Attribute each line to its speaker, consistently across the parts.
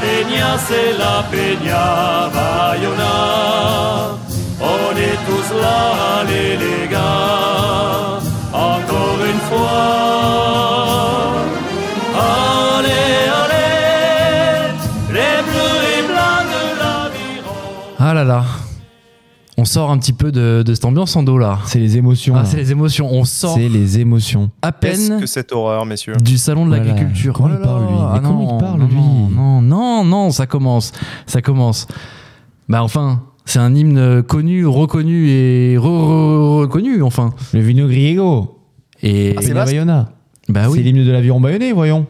Speaker 1: peña, c'est la peña Bayona. On est tous là, allez les gars, encore une fois. Allez, allez, les bleus et blancs de la Viron.
Speaker 2: Ah là là. On sort un petit peu de, de cette ambiance en dos là.
Speaker 3: C'est les émotions.
Speaker 2: Ah,
Speaker 3: là.
Speaker 2: c'est les émotions. On sort
Speaker 3: C'est les émotions.
Speaker 2: à
Speaker 4: Qu'est-ce
Speaker 2: peine
Speaker 4: que cette horreur, messieurs
Speaker 2: du salon de
Speaker 3: Voilà.
Speaker 2: l'agriculture.
Speaker 3: Comment
Speaker 2: Oh là
Speaker 3: il parle,
Speaker 2: là.
Speaker 3: lui Mais
Speaker 2: Ah
Speaker 3: comment
Speaker 2: non,
Speaker 3: il parle,
Speaker 2: non,
Speaker 3: lui
Speaker 2: Non, non, non, ça commence. Ça commence. Bah enfin, c'est un hymne connu, reconnu et re- re- reconnu enfin.
Speaker 3: Le vino griego.
Speaker 2: Et
Speaker 4: Ah,
Speaker 3: C'est
Speaker 4: C'est basque
Speaker 3: Bayona.
Speaker 2: bah
Speaker 3: C'est
Speaker 2: oui.
Speaker 3: l'hymne de l'avion bayonnais, voyons.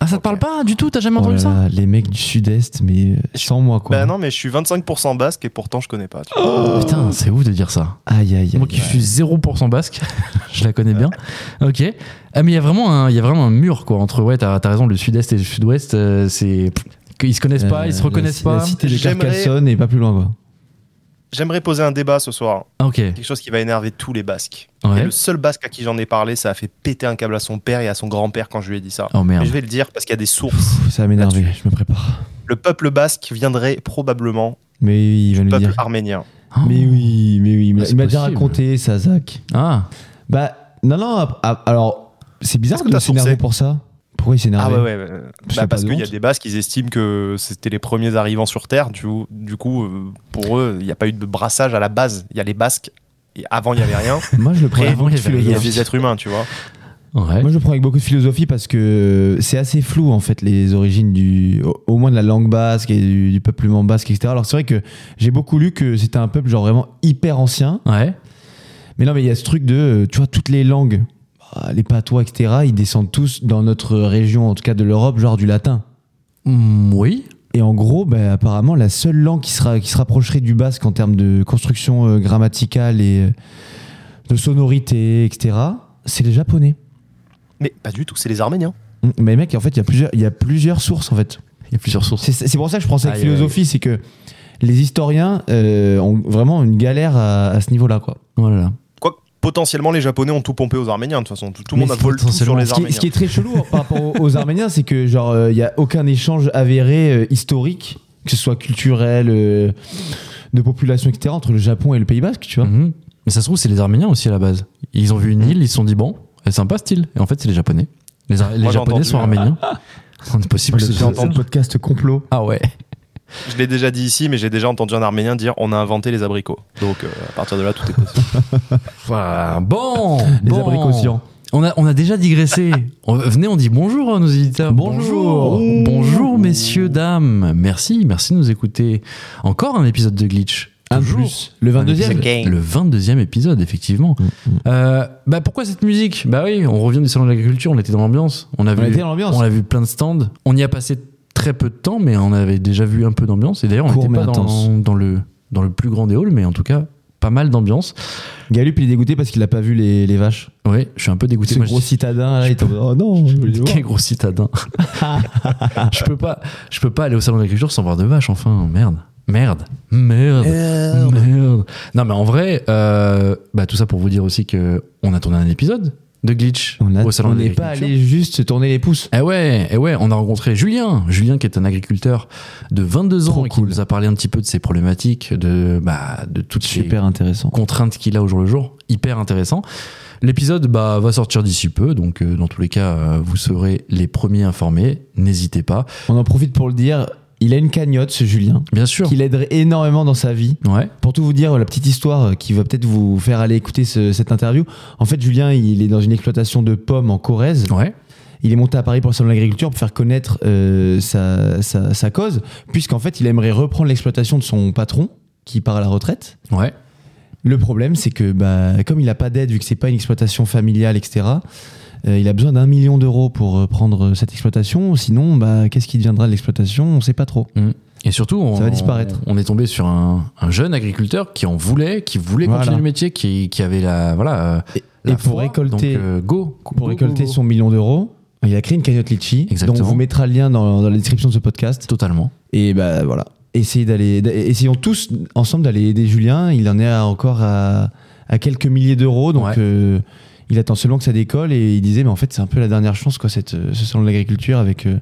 Speaker 2: Ah ça te parle pas du tout, t'as jamais
Speaker 3: Oh
Speaker 2: entendu
Speaker 3: là
Speaker 2: ça
Speaker 3: là, les mecs du sud-est, mais euh, sans moi, quoi.
Speaker 4: Bah non, mais je suis 25% basque et pourtant je connais pas. tu vois.
Speaker 2: Putain, c'est ouf de dire ça.
Speaker 3: Aïe, aïe, aïe.
Speaker 2: Moi qui suis 0% basque, je la connais bien. Ok. Ah, mais il y a vraiment un, il y a vraiment un mur, quoi, entre, ouais, t'as, t'as raison, le sud-est et le sud-ouest, euh, c'est, ils se connaissent pas,
Speaker 3: Euh,
Speaker 2: ils se reconnaissent
Speaker 3: la,
Speaker 2: pas.
Speaker 3: La cité de
Speaker 4: J'aimerais-
Speaker 3: Carcassonne et pas plus loin, quoi.
Speaker 4: J'aimerais poser un débat ce soir.
Speaker 2: Ah, ok.
Speaker 4: Quelque chose qui va énerver tous les basques. Et
Speaker 2: Ouais.
Speaker 4: le seul basque à qui j'en ai parlé, ça a fait péter un câble à son père et à son grand-père quand je lui ai dit ça.
Speaker 2: Oh
Speaker 4: Mais
Speaker 2: merde.
Speaker 4: je vais le dire parce qu'il y a des sources.
Speaker 3: Pff, ça va
Speaker 2: Ah,
Speaker 3: m'énerver, je me prépare.
Speaker 4: Le peuple basque viendrait probablement
Speaker 3: Mais oui, il va
Speaker 4: du
Speaker 3: nous
Speaker 4: peuple
Speaker 3: dire.
Speaker 4: arménien.
Speaker 2: Oh.
Speaker 3: Mais oui, mais oui. il m'a-
Speaker 2: Ah, c'est
Speaker 3: Il m'a déjà
Speaker 2: possible.
Speaker 3: raconté ça, Zach.
Speaker 2: Ah.
Speaker 3: Bah, non, non, ap- ap- alors, c'est bizarre
Speaker 4: Est-ce
Speaker 3: que
Speaker 4: que
Speaker 3: de
Speaker 4: t'as
Speaker 3: s'énerver
Speaker 4: sourcé
Speaker 3: pour ça. Pourquoi il s'énerve
Speaker 4: Ah ouais, ouais. ouais.
Speaker 3: Parce
Speaker 4: Bah,
Speaker 3: qu'il y a pas
Speaker 4: parce
Speaker 3: de
Speaker 4: qu'il y a
Speaker 3: honte.
Speaker 4: des basques qui estiment que c'était les premiers arrivants sur Terre. Du, du coup, euh, pour eux, il n'y a pas eu de brassage à la base. Il y a les basques. Et avant, il n'y avait rien.
Speaker 3: Moi, je le prends
Speaker 4: Après,
Speaker 3: avec beaucoup de
Speaker 2: il y avait-
Speaker 4: Il y a
Speaker 3: philosophie.
Speaker 4: des êtres humains, tu vois.
Speaker 2: Ouais.
Speaker 3: Moi, je le prends avec beaucoup de philosophie parce que c'est assez flou, en fait, les origines du. au- Au moins de la langue basque et du, du peuplement basque, etc. Alors, c'est vrai que j'ai beaucoup lu que c'était un peuple, genre, vraiment hyper ancien.
Speaker 2: Ouais.
Speaker 3: Mais non, mais il y a ce truc de, euh, tu vois, toutes les langues, bah, les patois, etc., ils descendent tous dans notre région, en tout cas de l'Europe, genre du latin.
Speaker 2: Hmm, oui.
Speaker 3: Et en gros, bah, apparemment, la seule langue qui, sera, qui se rapprocherait du basque en termes de construction euh, grammaticale et euh, de sonorité, etc., c'est les japonais.
Speaker 4: Mais pas du tout, c'est les Arméniens.
Speaker 3: Mm. Mais mec, en fait, il y a plusieurs- il y a plusieurs sources, en fait.
Speaker 2: Il y a plusieurs sources.
Speaker 3: C'est- C'est c'est pour ça que je pense avec
Speaker 2: Aïe,
Speaker 3: philosophie, c'est que les historiens euh, ont vraiment une galère à, à ce niveau-là, quoi.
Speaker 2: Voilà.
Speaker 4: Quoi potentiellement, les Japonais ont tout pompé aux Arméniens. De toute façon, tout, tout le
Speaker 2: Mais
Speaker 4: monde a
Speaker 2: c'est
Speaker 4: volé tout sur
Speaker 2: potentiellement-
Speaker 4: les
Speaker 3: Ce qui, est-
Speaker 4: Arméniens.
Speaker 3: ce qui est très chelou hein, par rapport aux, aux Arméniens, c'est que genre il n'y a aucun échange avéré euh, historique, que ce soit culturel, euh, de population, etc. entre le Japon et le Pays Basque, tu vois.
Speaker 2: Mhm. Mais ça se trouve, c'est les Arméniens aussi à la base. Ils ont vu une île, ils se sont dit, bon, elle est sympa cette île. Et en fait, c'est les Japonais. Les, Ar- les
Speaker 4: j'ai
Speaker 2: Japonais
Speaker 4: entendu,
Speaker 2: sont
Speaker 3: hein.
Speaker 4: euh,
Speaker 2: Arméniens. C'est possible. que ce soit ça.
Speaker 3: podcast complot.
Speaker 2: Ah ouais.
Speaker 4: Je l'ai déjà dit ici, mais j'ai déjà entendu un Arménien dire on a inventé les abricots. Donc euh, à partir de là, tout est possible.
Speaker 2: Voilà. Bon,
Speaker 3: Les
Speaker 2: bon.
Speaker 3: abricocians.
Speaker 2: On a, on a déjà digressé. On- venez, on dit bonjour à nos éditeurs.
Speaker 3: Bonjour.
Speaker 2: Bonjour, messieurs, dames. Merci, merci de nous écouter. Encore un épisode de Glitch.
Speaker 3: Un de
Speaker 2: Toujours.
Speaker 3: plus. Le Mm,
Speaker 2: Un
Speaker 3: 22e.
Speaker 2: épisode- Le 22e épisode, effectivement. Euh, bah pourquoi cette musique Bah oui, on revient du salon de l'agriculture, on était dans l'ambiance. On, a
Speaker 3: On
Speaker 2: vu-
Speaker 3: était dans l'ambiance.
Speaker 2: on a vu plein de stands. On y a passé très peu de temps, mais on avait déjà vu un peu d'ambiance. Et d'ailleurs, on
Speaker 3: Court,
Speaker 2: n'était
Speaker 3: mais
Speaker 2: pas
Speaker 3: intense.
Speaker 2: dans, dans le, dans le plus grand des halls, mais en tout cas, pas mal d'ambiance.
Speaker 3: Galup, il est dégoûté parce qu'il n'a pas vu les, les vaches.
Speaker 2: Ouais, je suis un peu dégoûté.
Speaker 3: Ce
Speaker 2: Moi,
Speaker 3: gros
Speaker 2: je-
Speaker 3: citadin, là, il est en mode, Oh non, je voulais les voir.
Speaker 2: Quel gros citadin. je peux pas, je peux pas aller au salon d'agriculture sans voir de vache. Enfin, merde, merde, merde, merde. Non, mais en vrai, euh, bah, tout ça pour vous dire aussi que on a tourné un épisode de glitch
Speaker 3: On a-
Speaker 2: au salon
Speaker 3: on
Speaker 2: de
Speaker 3: n'est pas
Speaker 2: l'agriculture.
Speaker 3: allé juste se tourner les pouces.
Speaker 2: Eh ouais, eh ouais, on a rencontré Julien, Julien qui est un agriculteur de 22 ans
Speaker 3: Trop
Speaker 2: et qui
Speaker 3: cool.
Speaker 2: nous a parlé un petit peu de ses problématiques, de bah, de toutes ces
Speaker 3: Super intéressant.
Speaker 2: contraintes qu'il a au jour le jour. Hyper intéressant. L'épisode bah, va sortir d'ici peu, donc euh, dans tous les cas, euh, vous serez les premiers informés. N'hésitez pas.
Speaker 3: On en profite pour le dire. Il a une cagnotte, ce Julien,
Speaker 2: Bien sûr.
Speaker 3: qui l'aiderait énormément dans sa vie.
Speaker 2: Ouais.
Speaker 3: Pour tout vous dire, la petite histoire euh, qui va peut-être vous faire aller écouter ce- cette interview. En fait, Julien, il est dans une exploitation de pommes en Corrèze.
Speaker 2: Ouais.
Speaker 3: Il est monté à Paris pour le salon de l'agriculture pour faire connaître euh, sa, sa- sa cause, puisqu'en fait, il aimerait reprendre l'exploitation de son patron qui part à la retraite.
Speaker 2: Ouais.
Speaker 3: Le problème, c'est que bah, comme il n'a pas d'aide, vu que c'est pas une exploitation familiale, etc., euh, il a besoin d'un million d'euros pour euh, prendre cette exploitation. Sinon, bah, qu'est-ce qui deviendra de l'exploitation On ne sait pas trop.
Speaker 2: Et surtout, on,
Speaker 3: Ça va disparaître.
Speaker 2: on est tombé sur un, un jeune agriculteur qui en voulait, qui voulait
Speaker 3: Voilà.
Speaker 2: continuer le métier, qui, qui avait la voilà. euh,
Speaker 3: Et,
Speaker 2: la
Speaker 3: et pour
Speaker 2: foi.
Speaker 3: récolter...
Speaker 2: Donc, euh, go,
Speaker 3: pour récolter son million d'euros. Il a créé une cagnotte Litchi,
Speaker 2: Exactement.
Speaker 3: dont on vous mettra le lien dans, dans la description de ce podcast.
Speaker 2: totalement.
Speaker 3: Et bah voilà, essayez d'aller, d'a- essayons tous ensemble d'aller aider Julien. Il en est à- encore à, à quelques milliers d'euros, donc
Speaker 2: Ouais.
Speaker 3: euh, il attend seulement que ça décolle. Et il disait, mais en fait, c'est un peu la dernière chance, quoi, cette, euh, ce salon de l'agriculture avec euh,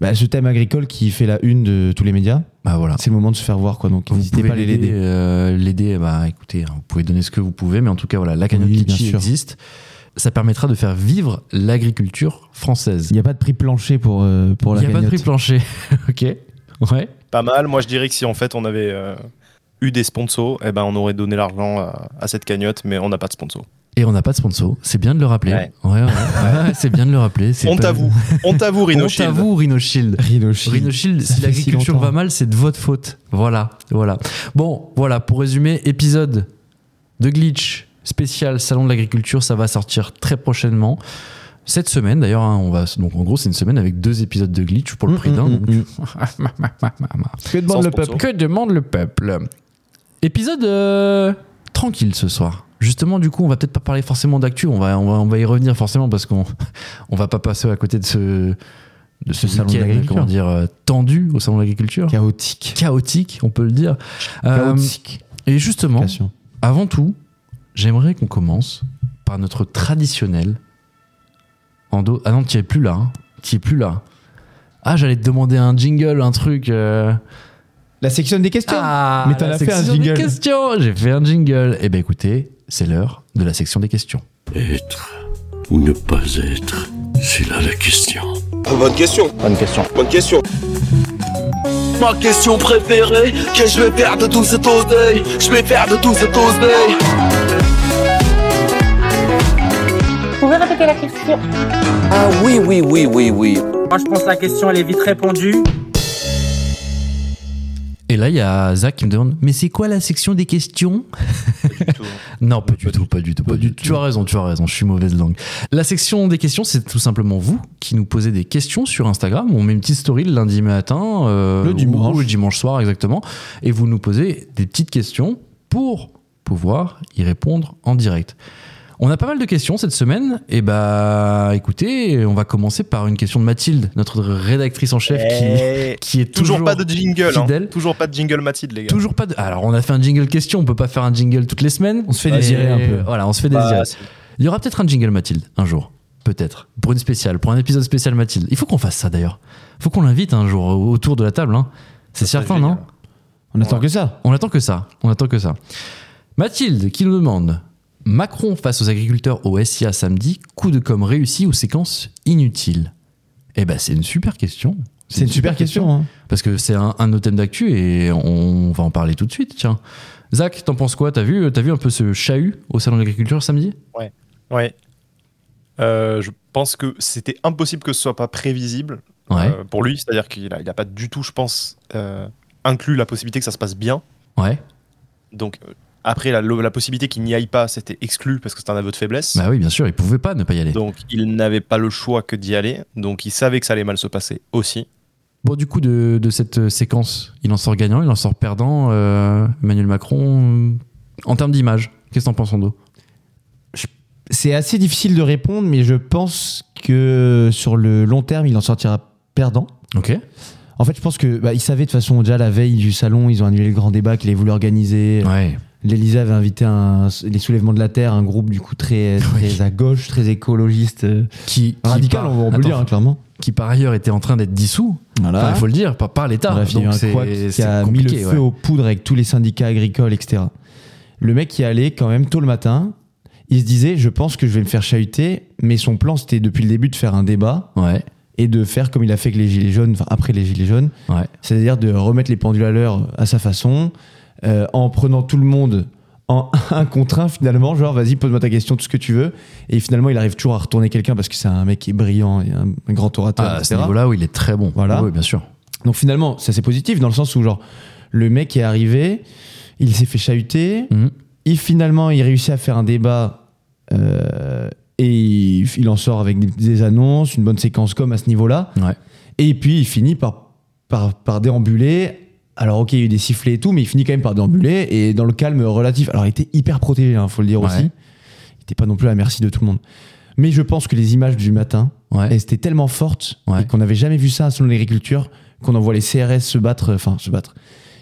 Speaker 3: bah, ce thème agricole qui fait la une de tous les médias.
Speaker 2: Bah voilà.
Speaker 3: C'est le moment de se faire voir, quoi. Donc,
Speaker 2: Vous
Speaker 3: n'hésitez
Speaker 2: pouvez
Speaker 3: pas à les l'aider.
Speaker 2: euh, l'aider, bah écoutez, hein, vous pouvez donner ce que vous pouvez, mais en tout cas, voilà, la cagnotte
Speaker 3: Oui, bien
Speaker 2: Litchi
Speaker 3: sûr.
Speaker 2: existe. Ça permettra de faire vivre l'agriculture française.
Speaker 3: Il n'y a pas de prix plancher pour, euh, pour
Speaker 2: Il
Speaker 3: la
Speaker 2: n'y a pas de
Speaker 3: cagnotte.
Speaker 2: prix plancher. ok. Ouais.
Speaker 4: Pas mal. Moi, je dirais que si en fait on avait euh, eu des sponsors, eh ben, on aurait donné l'argent à, à cette cagnotte, mais on n'a pas de sponsor.
Speaker 2: Et on n'a pas de sponsor. C'est bien de le rappeler.
Speaker 4: Ouais.
Speaker 2: Ouais, ouais. Ouais, c'est bien de le rappeler. c'est
Speaker 4: On
Speaker 2: pas-
Speaker 4: t'avoue. On t'avoue,
Speaker 2: On
Speaker 4: Rhino Shield.
Speaker 2: t'avoue, Rhino Shield.
Speaker 3: Rhinoshield.
Speaker 2: Rhino Shield,
Speaker 3: Ça
Speaker 2: si
Speaker 3: fait si
Speaker 2: l'agriculture
Speaker 3: longtemps.
Speaker 2: va mal, c'est de votre faute. Voilà, voilà. Bon, voilà, pour résumer, épisode de Glitch spécial Salon de l'agriculture, ça va sortir très prochainement. Cette semaine, d'ailleurs, hein, on va donc en gros, c'est une semaine avec deux épisodes de Glitch pour le prix d'un. donc-
Speaker 3: Mm, Que demande
Speaker 4: Sans
Speaker 3: le
Speaker 4: sponsor.
Speaker 3: peuple
Speaker 2: Que demande le peuple Épisode euh, tranquille ce soir. Justement, du coup, on va peut-être pas parler forcément d'actu. On va, on va, on va y revenir forcément parce qu'on, on va pas passer à côté de ce, de ce
Speaker 3: Le salon de
Speaker 2: week-end,
Speaker 3: l'agriculture.
Speaker 2: comment dire, euh, tendu au salon de l'agriculture
Speaker 3: Chaotique.
Speaker 2: chaotique, on peut le dire. Euh,
Speaker 3: Chaotique.
Speaker 2: et justement,
Speaker 3: Explication.
Speaker 2: avant tout, j'aimerais qu'on commence par notre traditionnel endo. Ah non, tu es plus là. hein. Tu es plus là. Ah, j'allais te demander un jingle, un truc. euh.
Speaker 3: La section des questions.
Speaker 2: Ah,
Speaker 3: Mais t'en
Speaker 2: la
Speaker 3: as fait un
Speaker 2: section des
Speaker 3: jingle.
Speaker 2: questions. J'ai fait un jingle. Eh ben écoutez, c'est l'heure de la section des questions.
Speaker 5: Être ou ne pas être, c'est là la question.
Speaker 6: Bonne question. Bonne question. Bonne question. Ma question préférée, qu'est-ce que je vais faire de tout cet oseille Je vais faire de tout cet oseille
Speaker 7: Vous pouvez répéter la question
Speaker 6: Ah oui, oui, oui, oui, oui.
Speaker 8: Moi, je pense que la question, elle est vite répondue.
Speaker 2: Et là, il y a Zach qui me demande Mais c'est quoi la section des questions Non, pas du tout, pas du tout, pas du tout. Tu as raison, tu as raison, je suis mauvaise langue. La section des questions, c'est tout simplement vous qui nous posez des questions sur Instagram. On met une petite story le lundi matin, euh,
Speaker 3: Le
Speaker 2: ou-
Speaker 3: dimanche.
Speaker 2: ou le dimanche soir exactement, et vous nous posez des petites questions pour pouvoir y répondre en direct. On a pas mal de questions cette semaine. Et bah, écoutez, on va commencer par une question de Mathilde, notre rédactrice en chef, qui,
Speaker 4: Eh,
Speaker 2: qui est
Speaker 4: Toujours,
Speaker 2: toujours
Speaker 4: pas de jingle. hein.
Speaker 2: fidèle.
Speaker 4: Toujours pas de jingle Mathilde, les gars.
Speaker 2: Toujours pas de. Alors, on a fait un jingle question, on peut pas faire un jingle toutes les semaines.
Speaker 3: On se fait
Speaker 2: Mais-
Speaker 3: désirer un peu.
Speaker 2: Voilà, on se fait
Speaker 4: Bah,
Speaker 2: désirer.
Speaker 4: c'est-
Speaker 2: Il y aura peut-être un jingle Mathilde un jour. Peut-être. Pour une spéciale, pour un épisode spécial Mathilde. Il faut qu'on fasse ça d'ailleurs. Il faut qu'on l'invite un jour au- autour de la table. hein. C'est
Speaker 4: serait
Speaker 2: certain, non
Speaker 4: génial.
Speaker 3: On attend que ça.
Speaker 2: On attend que ça. On attend que ça. Mathilde qui nous demande Macron face aux agriculteurs au SIA samedi, coup de com réussi ou séquence inutile Eh ben, c'est une super question.
Speaker 3: C'est une super question. hein.
Speaker 2: Parce que c'est un, un de nos thèmes d'actu et on va en parler tout de suite, tiens. Zach, t'en penses quoi T'as vu, euh, t'as vu un peu ce chahut au Salon de l'Agriculture samedi
Speaker 4: Ouais. Euh, je pense que c'était impossible que ce soit pas prévisible
Speaker 2: Ouais,
Speaker 4: euh, pour lui. C'est-à-dire qu'il n'a il a pas du tout, je pense, euh, inclus la possibilité que ça se passe bien.
Speaker 2: ouais.
Speaker 4: Donc, euh, après, la, la possibilité qu'il n'y aille pas, c'était exclu parce que c'était un aveu de faiblesse.
Speaker 2: Bah oui, bien sûr, il pouvait pas ne pas y aller.
Speaker 4: Donc, il n'avait pas le choix que d'y aller. Donc, il savait que ça allait mal se passer aussi.
Speaker 2: Bon, du coup, de, de cette euh, séquence, il en sort gagnant, il en sort perdant, euh, Emmanuel Macron, euh, en termes d'image. Qu'est-ce que t'en penses, Ando
Speaker 3: C'est assez difficile de répondre, mais je pense que sur le long terme, il en sortira perdant.
Speaker 2: Ok.
Speaker 3: En fait, je pense que bah, ils savaient de toute façon déjà la veille du salon, ils ont annulé le grand débat qu'ils avaient voulu organiser.
Speaker 2: Ouais.
Speaker 3: L'Élysée avait invité un- les soulèvements de la terre, un groupe du coup très, très à gauche, très écologiste, euh,
Speaker 2: Qui, qui
Speaker 3: radical,
Speaker 2: par-
Speaker 3: on peut le
Speaker 2: Attends,
Speaker 3: dire hein, Ah. clairement.
Speaker 2: Qui par ailleurs était en train d'être dissous, Enfin,
Speaker 3: Voilà.
Speaker 2: il faut le dire, par, par l'État.
Speaker 3: Bref, il y a eu
Speaker 2: Donc
Speaker 3: un
Speaker 2: c'est
Speaker 3: couac qui
Speaker 2: c'est
Speaker 3: a mis le
Speaker 2: compliqué,
Speaker 3: feu
Speaker 2: ouais.
Speaker 3: aux poudres avec tous les syndicats agricoles, etc. Le mec y allait quand même tôt le matin. Il se disait, je pense que je vais me faire chahuter, mais son plan c'était depuis le début de faire un débat
Speaker 2: Ouais,
Speaker 3: et de faire comme il a fait avec les Gilets jaunes, enfin après les Gilets jaunes,
Speaker 2: ouais.
Speaker 3: c'est-à-dire de remettre les pendules à l'heure à sa façon, euh, en prenant tout le monde en un contre un finalement, genre vas-y pose-moi ta question, tout ce que tu veux, et finalement il arrive toujours à retourner quelqu'un parce que c'est un mec qui est brillant et un grand orateur,
Speaker 2: Ah, à ce
Speaker 3: etc.
Speaker 2: niveau-là, oui, il est très bon.
Speaker 3: Voilà.
Speaker 2: Oui, bien sûr.
Speaker 3: Donc finalement, ça c'est positif dans le sens où genre le mec est arrivé, il s'est fait chahuter,
Speaker 2: Mhm.
Speaker 3: et finalement il réussit à faire un débat euh, et il, il en sort avec des, des annonces, une bonne séquence comme à ce niveau-là.
Speaker 2: Ouais.
Speaker 3: Et puis il finit par, par, par déambuler. Alors ok, il y a eu des sifflets et tout, mais il finit quand même par déambuler et dans le calme relatif. Alors il était hyper protégé, il faut le dire
Speaker 2: Ouais.
Speaker 3: aussi. Il n'était pas non plus à la merci de tout le monde. Mais je pense que les images du matin,
Speaker 2: Ouais.
Speaker 3: et c'était tellement forte
Speaker 2: Ouais.
Speaker 3: et qu'on n'avait jamais vu ça selon l'agriculture qu'on envoie les CRS se battre, euh, enfin se battre.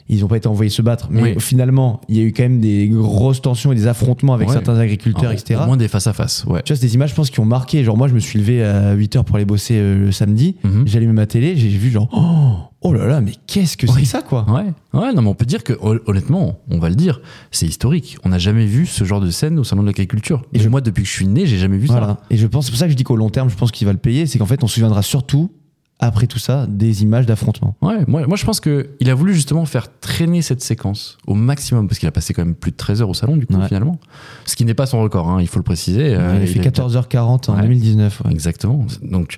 Speaker 3: ils n'ont pas été envoyés se battre. Mais
Speaker 2: Oui.
Speaker 3: finalement, il y a eu quand même des grosses tensions et des affrontements avec
Speaker 2: Ouais.
Speaker 3: certains agriculteurs, etc.
Speaker 2: Au Ah, moins des face à face, ouais.
Speaker 3: Tu vois, c'est des images, je pense, qui ont marqué. Genre, moi, je me suis levé à 8h pour aller bosser euh, le samedi.
Speaker 2: Mhm.
Speaker 3: J'allumais ma télé, j'ai vu, genre, oh, oh là là, mais qu'est-ce que c'est
Speaker 2: Oui. Hein,
Speaker 3: que ça, quoi
Speaker 2: Ouais, ouais, non, mais on peut dire que, hon- honnêtement, on va le dire, c'est historique. On n'a jamais vu ce genre de scène au salon de l'agriculture.
Speaker 3: Et
Speaker 2: Et
Speaker 3: je-
Speaker 2: moi, depuis que je suis né, j'ai jamais vu
Speaker 3: Voilà. Et je pense, c'est pour ça que je dis qu'au long terme, je pense qu'il va le payer. C'est qu'en fait, on se souviendra surtout, après tout ça, des images d'affrontements.
Speaker 2: ça. Ouais, moi, moi, je pense que il a voulu justement faire traîner cette séquence au maximum, parce qu'il a passé quand même plus de 13 heures au salon, du coup,
Speaker 3: Ouais.
Speaker 2: finalement. Ce qui n'est pas son record, hein, il faut le préciser. Euh,
Speaker 3: il a fait
Speaker 2: a-
Speaker 3: 14h40 en
Speaker 2: Ouais.
Speaker 3: 2019. ouais.
Speaker 2: Exactement. Donc,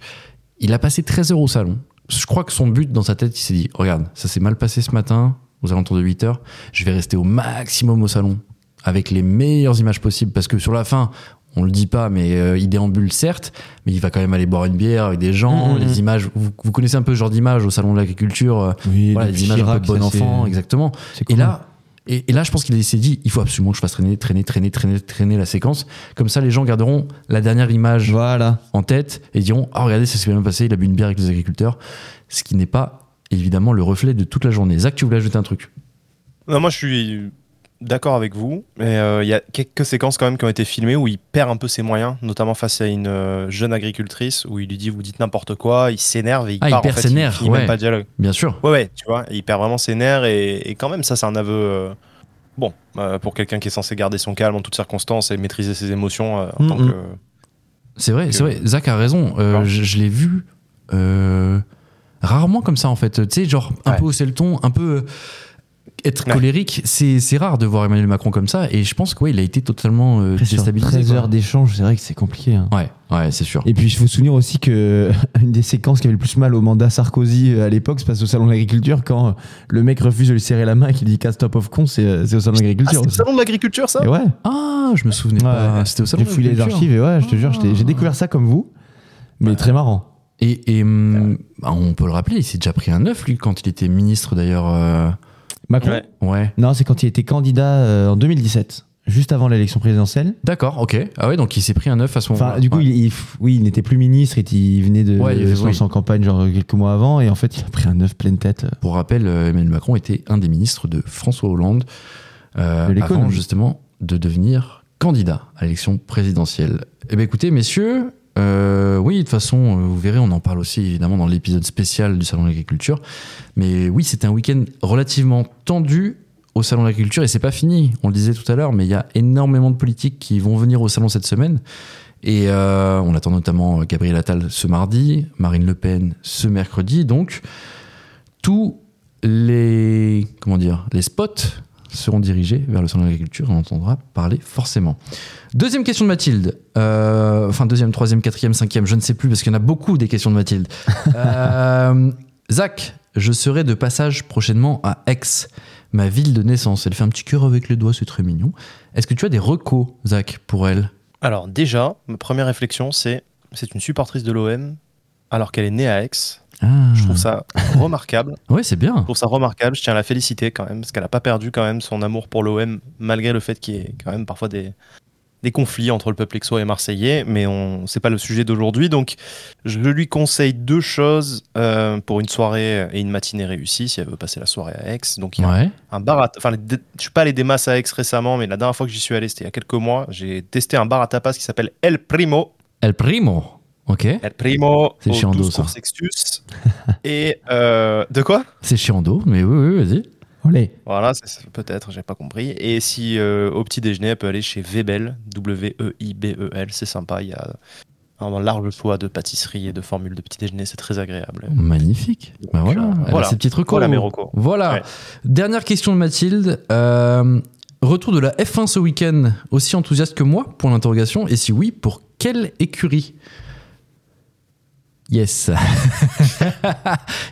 Speaker 2: il a passé 13 heures au salon. Je crois que son but dans sa tête, il s'est dit Regarde, ça s'est mal passé ce matin, aux alentours de 8 heures. Je vais rester au maximum au salon, avec les meilleures images possibles. Parce que sur la fin, on le dit pas, mais euh, il déambule certes, mais il va quand même aller boire une bière avec des gens.
Speaker 3: Mhm.
Speaker 2: Les images, vous, vous connaissez un peu ce genre d'images au salon de l'agriculture, euh,
Speaker 3: Oui,
Speaker 2: voilà,
Speaker 3: depuis
Speaker 2: les images un
Speaker 3: Chirac,
Speaker 2: peu bon
Speaker 3: ça, c'est-
Speaker 2: enfant, exactement.
Speaker 3: c'est
Speaker 2: Et
Speaker 3: cool.
Speaker 2: là, et, et là, je pense qu'il s'est dit, il faut absolument que je fasse traîner, traîner, traîner, traîner, traîner la séquence. Comme ça, les gens garderont la dernière image
Speaker 3: Voilà.
Speaker 2: en tête et diront Ah, regardez, ça s'est bien passé, il a bu une bière avec les agriculteurs. Ce qui n'est pas évidemment le reflet de toute la journée. Zach, tu voulais ajouter un truc
Speaker 4: Non, moi je suis d'accord avec vous, mais euh, il y a quelques séquences quand même qui ont été filmées où il perd un peu ses moyens, notamment face à une euh, jeune agricultrice où il lui dit vous dites n'importe quoi, il s'énerve et il
Speaker 2: Ah, il
Speaker 4: part. en
Speaker 2: perd
Speaker 4: fait,
Speaker 2: ses nerfs,
Speaker 4: finit
Speaker 2: ouais.
Speaker 4: même pas le dialogue.
Speaker 2: Bien sûr.
Speaker 4: Ouais, ouais, tu vois, il perd vraiment ses nerfs et, et quand même ça c'est un aveu. euh, Bon, euh, pour quelqu'un qui est censé garder son calme en toutes circonstances et maîtriser ses émotions euh, en
Speaker 3: Mm,
Speaker 4: tant
Speaker 3: mm.
Speaker 4: que.
Speaker 2: C'est vrai,
Speaker 4: Que-
Speaker 2: c'est vrai. Zach a raison. Euh,
Speaker 4: Non.
Speaker 2: je je l'ai vu euh, rarement comme ça, en fait. Tu sais, genre un
Speaker 4: Ouais.
Speaker 2: peu hausser le ton, un peu euh, être
Speaker 4: Ouais.
Speaker 2: colérique. C'est c'est rare de voir Emmanuel Macron comme ça. Et je pense qu'il ouais, il a été totalement euh,
Speaker 3: Après, sur
Speaker 2: déstabilisé.
Speaker 3: 13
Speaker 2: quoi.
Speaker 3: heures d'échange, c'est vrai que c'est compliqué. hein.
Speaker 2: Ouais, ouais, c'est sûr.
Speaker 3: Et puis, il faut se souvenir aussi que une des séquences qui avait le plus mal au mandat Sarkozy euh, à l'époque se passe au salon de l'agriculture quand euh, le mec refuse de lui serrer la main et qu'il dit casse top of con, c'est euh, c'est au salon de l'agriculture. aussi.
Speaker 4: de l'agriculture ça
Speaker 3: Et ouais,
Speaker 2: Ah, je me souvenais
Speaker 3: Ouais.
Speaker 2: pas. C'était au salon.
Speaker 3: j'ai
Speaker 2: de
Speaker 3: fouillé les
Speaker 2: l'agriculture.
Speaker 3: archives et ouais, je te jure, j'étais- j'ai découvert ça comme vous, mais très marrant.
Speaker 2: Et, et, hum, bah, on peut le rappeler, il s'est déjà pris un œuf, lui, quand il était ministre, d'ailleurs. euh,
Speaker 3: Macron
Speaker 4: Ouais.
Speaker 2: Ouais.
Speaker 3: Non, c'est quand il était candidat euh, en 2017, juste avant l'élection présidentielle.
Speaker 2: D'accord, ok. Ah ouais, donc il s'est pris un œuf à ce moment-là.
Speaker 3: Enfin, du coup,
Speaker 2: Ouais.
Speaker 3: il, il- oui, il n'était plus ministre, il, il venait de
Speaker 2: Ouais, il
Speaker 3: de
Speaker 2: avait-
Speaker 3: se lancer en campagne genre quelques mois avant, et en fait, il a pris un œuf pleine tête. euh,
Speaker 2: Pour rappel, euh, Emmanuel Macron était un des ministres de François Hollande euh,
Speaker 3: De l'économie.
Speaker 2: avant justement de devenir candidat à l'élection présidentielle. Eh bien écoutez, messieurs, euh, oui, de toute façon, euh, vous verrez, on en parle aussi évidemment dans l'épisode spécial du Salon de l'Agriculture. Mais oui, c'était un week-end relativement tendu au Salon de l'Agriculture et c'est pas fini, on le disait tout à l'heure, mais il y a énormément de politiques qui vont venir au Salon cette semaine. Et euh, on attend notamment Gabriel Attal ce mardi, Marine Le Pen ce mercredi. Donc, tous les comment dire les spots seront dirigés vers le salon de l'agriculture et on entendra parler forcément. Deuxième question de Mathilde. Euh, enfin, deuxième, troisième, quatrième, cinquième, je ne sais plus parce qu'il y en a beaucoup des questions de Mathilde. Euh, Zach, je serai de passage prochainement à Aix, ma ville de naissance. Elle fait un petit cœur avec les doigts, c'est très mignon. Est-ce que tu as des recos, Zach, pour elle
Speaker 4: Alors déjà, ma première réflexion c'est c'est une supportrice de l'OM alors qu'elle est née à Aix.
Speaker 2: ah.
Speaker 4: Je
Speaker 3: Mm.
Speaker 4: trouve ça remarquable.
Speaker 2: Ouais, c'est bien.
Speaker 4: Je trouve ça remarquable. Je tiens à la féliciter quand même, parce qu'elle n'a pas perdu quand même son amour pour l'OM, malgré le fait qu'il y ait quand même parfois des, des conflits entre le peuple aixois et marseillais. Mais on c'est pas le sujet d'aujourd'hui. Donc, je lui conseille deux choses euh, pour une soirée et une matinée réussie, si elle veut passer la soirée à Aix. Donc, il y a
Speaker 2: Ouais.
Speaker 4: un bar à. Enfin, les dé- je suis pas allé des masses à Aix récemment, mais la dernière fois que j'y suis allé, c'était il y a quelques mois. J'ai testé un bar à tapas qui s'appelle El Primo.
Speaker 2: El primo. Ok.
Speaker 4: El Primo,
Speaker 2: C'est
Speaker 4: au
Speaker 2: chiant d'eau,
Speaker 4: 12
Speaker 2: ça.
Speaker 4: cours Sextus. et euh, de quoi
Speaker 2: C'est chiant d'eau, mais oui, oui, vas-y.
Speaker 3: Olé.
Speaker 4: Voilà, c'est- c'est- peut-être, j'ai pas compris. Et si euh, au petit déjeuner, elle peut aller chez Webel, E W-E-I-B-E-L, c'est sympa, il y a un large choix de pâtisserie et de formules de petit déjeuner, c'est très agréable.
Speaker 2: Magnifique. Ben
Speaker 4: Donc,
Speaker 2: voilà,
Speaker 4: euh,
Speaker 2: elle
Speaker 4: voilà.
Speaker 2: a ses petites recos.
Speaker 4: Voilà mes recos.
Speaker 2: Voilà.
Speaker 4: Ouais.
Speaker 2: Dernière question de Mathilde. Euh, retour de la F1 ce week-end. Aussi enthousiaste que moi pour l'interrogation Et si oui, pour quelle écurie Yes.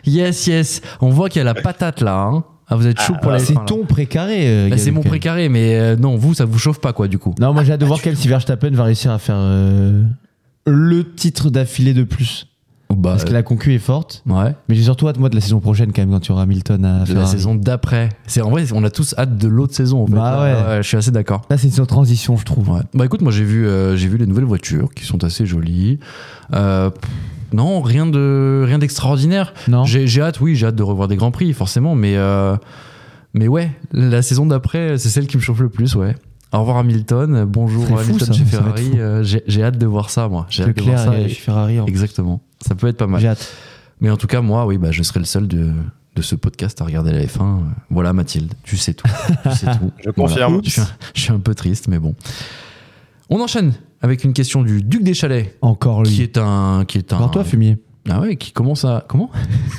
Speaker 2: yes, yes. On voit qu'il y a la patate là. hein. Ah, vous êtes chaud
Speaker 4: bah,
Speaker 2: pour la
Speaker 3: C'est
Speaker 2: F1, là.
Speaker 3: ton précaré. euh,
Speaker 2: Bah, c'est
Speaker 3: Gabriel.
Speaker 2: mon précaré, Ah, mais euh, non, vous, ça vous chauffe pas quoi du coup.
Speaker 3: Non, moi j'ai hâte de voir quel si Verstappen va réussir à faire euh, le titre d'affilée de plus.
Speaker 2: Bah,
Speaker 3: Parce que la concu est forte.
Speaker 2: euh, ouais.
Speaker 3: Mais j'ai surtout hâte, moi, de la saison prochaine, quand même, quand tu auras Hamilton à
Speaker 2: De
Speaker 3: faire.
Speaker 2: la saison d'après. C'est en vrai, on a tous hâte de l'autre saison. en fait.
Speaker 3: Bah ouais.
Speaker 2: Je suis assez d'accord.
Speaker 3: Là, c'est une saison de transition, je trouve.
Speaker 2: Ouais. Bah écoute, moi j'ai vu, euh, j'ai vu les nouvelles voitures qui sont assez jolies. Euh, pff, non, rien de rien d'extraordinaire.
Speaker 3: Non
Speaker 2: J'ai j'ai hâte, oui, j'ai hâte de revoir des grands prix forcément, mais euh, Mais ouais, la saison d'après, c'est celle qui me chauffe le plus, ouais. Au revoir Hamilton, bonjour
Speaker 3: C'est fou,
Speaker 2: Hamilton
Speaker 3: ça,
Speaker 2: chez
Speaker 3: ça va
Speaker 2: Ferrari.
Speaker 3: être fou.
Speaker 2: euh, J'ai j'ai hâte de voir ça, moi. J'ai hâte de voir
Speaker 3: Leclerc
Speaker 2: ça.
Speaker 3: et
Speaker 2: et-
Speaker 3: Ferrari. en-
Speaker 2: Exactement. Ça peut être pas mal.
Speaker 3: J'ai hâte.
Speaker 2: Mais en tout cas, moi, oui, bah, je serai le seul de, de ce podcast à regarder la F1. Voilà, Mathilde, tu sais tout. Tu sais tout.
Speaker 4: Je
Speaker 2: Voilà.
Speaker 4: confirme.
Speaker 2: Je suis, un, je suis un peu triste, mais bon. On enchaîne avec une question du Duc des Chalets,
Speaker 3: Encore
Speaker 2: qui
Speaker 3: lui.
Speaker 2: est un. Qui est un
Speaker 3: Encore toi, fumier.
Speaker 2: ah ouais, qui commence à. Comment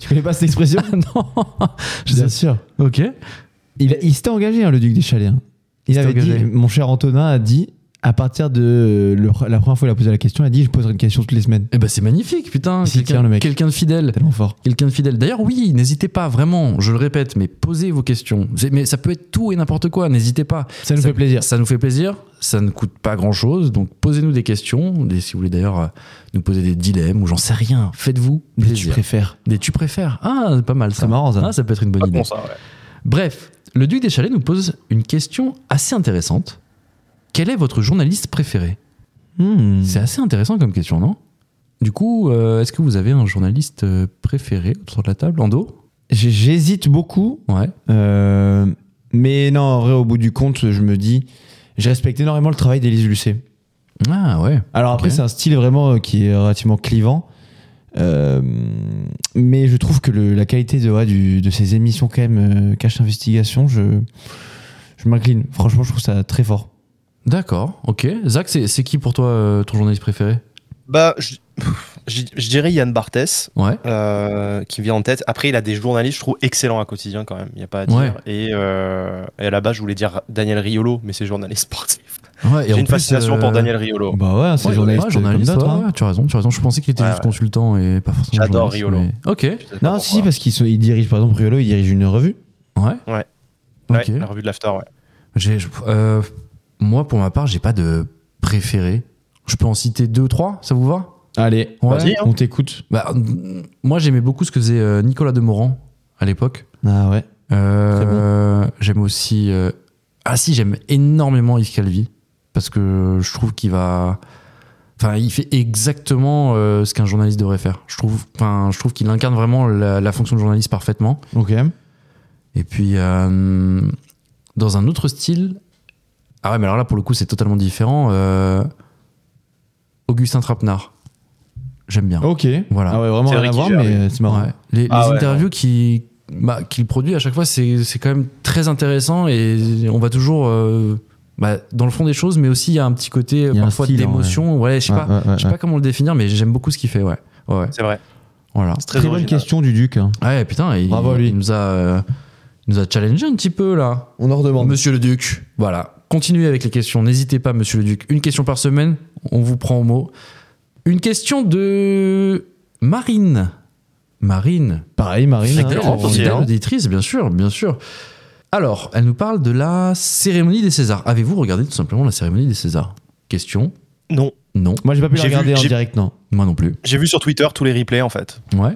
Speaker 3: Tu connais pas cette expression
Speaker 2: Ah Non Je
Speaker 3: Bien
Speaker 2: sais-
Speaker 3: sûr.
Speaker 2: Ok.
Speaker 3: Il, il s'était engagé, hein, le duc des Chalets. hein. Il,
Speaker 2: s'était
Speaker 3: avait
Speaker 2: engagé.
Speaker 3: dit, mon cher Antonin a dit, à partir de euh, le- la première fois où il a posé la question, il a dit, je poserai une question toutes les semaines.
Speaker 2: Eh ben, c'est magnifique, putain.
Speaker 3: Il s'y
Speaker 2: Quelqu'un
Speaker 3: tient, le mec.
Speaker 2: quelqu'un de fidèle.
Speaker 3: Tellement fort.
Speaker 2: Quelqu'un de fidèle. D'ailleurs, oui, n'hésitez pas, vraiment, je le répète, mais posez vos questions. C'est- Mais ça peut être tout et n'importe quoi, n'hésitez pas.
Speaker 3: Ça nous fait plaisir.
Speaker 2: Ça nous fait plaisir, ça ne coûte pas grand-chose, donc posez-nous des questions. Des, si vous voulez d'ailleurs euh, nous poser des dilemmes ou j'en sais rien, faites-vous
Speaker 3: Mais
Speaker 2: plaisir.
Speaker 3: tu préfères.
Speaker 2: Des tu préfères. Ah, pas mal ça.
Speaker 3: C'est marrant, ça.
Speaker 2: Ah, ça peut être une bonne
Speaker 4: Pas
Speaker 2: idée.
Speaker 4: con, ça, ouais.
Speaker 2: Bref, le Duc des Chalets nous pose une question assez intéressante. Quel est votre journaliste préféré
Speaker 3: Hmm.
Speaker 2: C'est assez intéressant comme question, non Du coup, euh, est-ce que vous avez un journaliste euh, préféré autour de la table, en dos
Speaker 3: J'ai- J'hésite beaucoup,
Speaker 2: Ouais.
Speaker 3: euh, mais non, en vrai, au bout du compte, je me dis, je respecte énormément le travail d'Élise Lucet.
Speaker 2: Ah ouais.
Speaker 3: Alors après,
Speaker 2: Ok.
Speaker 3: c'est un style vraiment euh, qui est relativement clivant. Euh, mais je trouve que le- la qualité de, ouais, du- de ces émissions quand même euh, cache investigation, je, je m'incline. Franchement, je trouve ça très fort.
Speaker 2: D'accord, ok. Zach, c'est c'est qui pour toi euh, ton journaliste préféré
Speaker 4: Bah, je, je- je dirais Yann Barthès.
Speaker 2: Ouais.
Speaker 4: euh, qui me vient en tête. Après, il a des journalistes, je trouve, excellents à quotidien quand même. Il n'y a pas à dire.
Speaker 2: Ouais.
Speaker 4: Et, euh, et à la base, je voulais dire Daniel Riolo, mais c'est journaliste sportif.
Speaker 2: ouais et en
Speaker 4: J'ai une
Speaker 2: plus,
Speaker 4: fascination
Speaker 2: euh,
Speaker 4: pour Daniel Riolo.
Speaker 3: Bah ouais, c'est
Speaker 2: Ouais,
Speaker 3: journaliste.
Speaker 2: ouais, journaliste,
Speaker 3: comme d'autres,
Speaker 2: ouais,
Speaker 3: hein.
Speaker 2: ouais, tu as raison, tu as raison. Je pensais qu'il était
Speaker 4: Ouais,
Speaker 2: juste
Speaker 4: ouais.
Speaker 2: consultant et pas forcément.
Speaker 4: J'adore
Speaker 2: journaliste, mais-
Speaker 4: Riolo.
Speaker 2: Ok,
Speaker 4: Je sais pas
Speaker 3: Non,
Speaker 4: pourquoi.
Speaker 3: si, si, parce qu'il se- il dirige, par exemple, Riolo, il dirige une revue.
Speaker 2: ouais.
Speaker 4: Ouais.
Speaker 2: Ok.
Speaker 4: Ouais, La revue de l'After, ouais.
Speaker 2: J'ai- je- euh, moi, pour ma part, j'ai pas de préféré. Je peux en citer deux, trois, ça vous va
Speaker 3: Allez,
Speaker 2: Ouais.
Speaker 4: Vas-y, hein.
Speaker 3: on t'écoute.
Speaker 2: Bah, mm, Moi, j'aimais beaucoup ce que faisait euh, Nicolas Demorand à l'époque.
Speaker 3: Ah ouais.
Speaker 2: Euh, J'aime aussi. euh, Ah si, j'aime énormément Yves Calvi parce que je trouve qu'il va. Enfin, il fait exactement euh, ce qu'un journaliste devrait faire. Je trouve. Enfin, je trouve qu'il incarne vraiment la, la fonction de journaliste parfaitement.
Speaker 3: Ok.
Speaker 2: Et puis euh, dans un autre style. Ah ouais, mais alors là pour le coup c'est totalement différent. euh, Augustin Trapenard, j'aime bien.
Speaker 3: Ok.
Speaker 2: Voilà.
Speaker 3: Ah ouais, vraiment
Speaker 4: C'est
Speaker 3: rien à
Speaker 4: Ricky
Speaker 3: voir,
Speaker 4: Gervais.
Speaker 3: mais euh, c'est marrant.
Speaker 2: Ouais. Les,
Speaker 4: Ah
Speaker 2: les
Speaker 4: ouais,
Speaker 2: interviews qui bah, qu'il produit à chaque fois, c'est c'est quand même très intéressant et on va toujours euh, bah, dans le fond des choses, mais aussi il y a un petit côté euh,
Speaker 3: Il y a un
Speaker 2: parfois
Speaker 3: style, hein,
Speaker 2: d'émotion. Ouais, je sais
Speaker 3: Ouais,
Speaker 2: pas,
Speaker 3: ouais, ouais,
Speaker 2: je sais
Speaker 3: ouais.
Speaker 2: pas comment le définir, mais j'aime beaucoup ce qu'il fait. Ouais, ouais, ouais.
Speaker 4: C'est vrai.
Speaker 2: voilà.
Speaker 4: C'est très,
Speaker 3: Très bonne
Speaker 4: original.
Speaker 3: question du Duc. hein.
Speaker 2: Ouais, putain, il,
Speaker 3: Bravo à lui.
Speaker 2: il nous a, euh, il nous a challengé un petit peu là,
Speaker 3: On en redemande.
Speaker 2: Monsieur le Duc. Voilà. Continuez avec les questions. N'hésitez pas, Monsieur le Duc. Une question par semaine, on vous prend au mot. Une question de Marine. Marine,
Speaker 3: Pareil, Marine.
Speaker 2: Fidèle,
Speaker 4: Excellent,
Speaker 3: hein.
Speaker 4: aussi,
Speaker 2: fidèle
Speaker 4: hein.
Speaker 2: auditrice, bien sûr, bien sûr. Alors, elle nous parle de la cérémonie des Césars. Avez-vous regardé tout simplement la cérémonie des Césars Question
Speaker 4: Non,
Speaker 2: Non,
Speaker 3: Moi, j'ai pas pu la
Speaker 4: J'ai vu-
Speaker 3: regarder en
Speaker 4: j'ai-
Speaker 3: direct, non.
Speaker 2: moi non plus.
Speaker 4: j'ai vu sur Twitter tous les replays en fait.
Speaker 2: Ouais.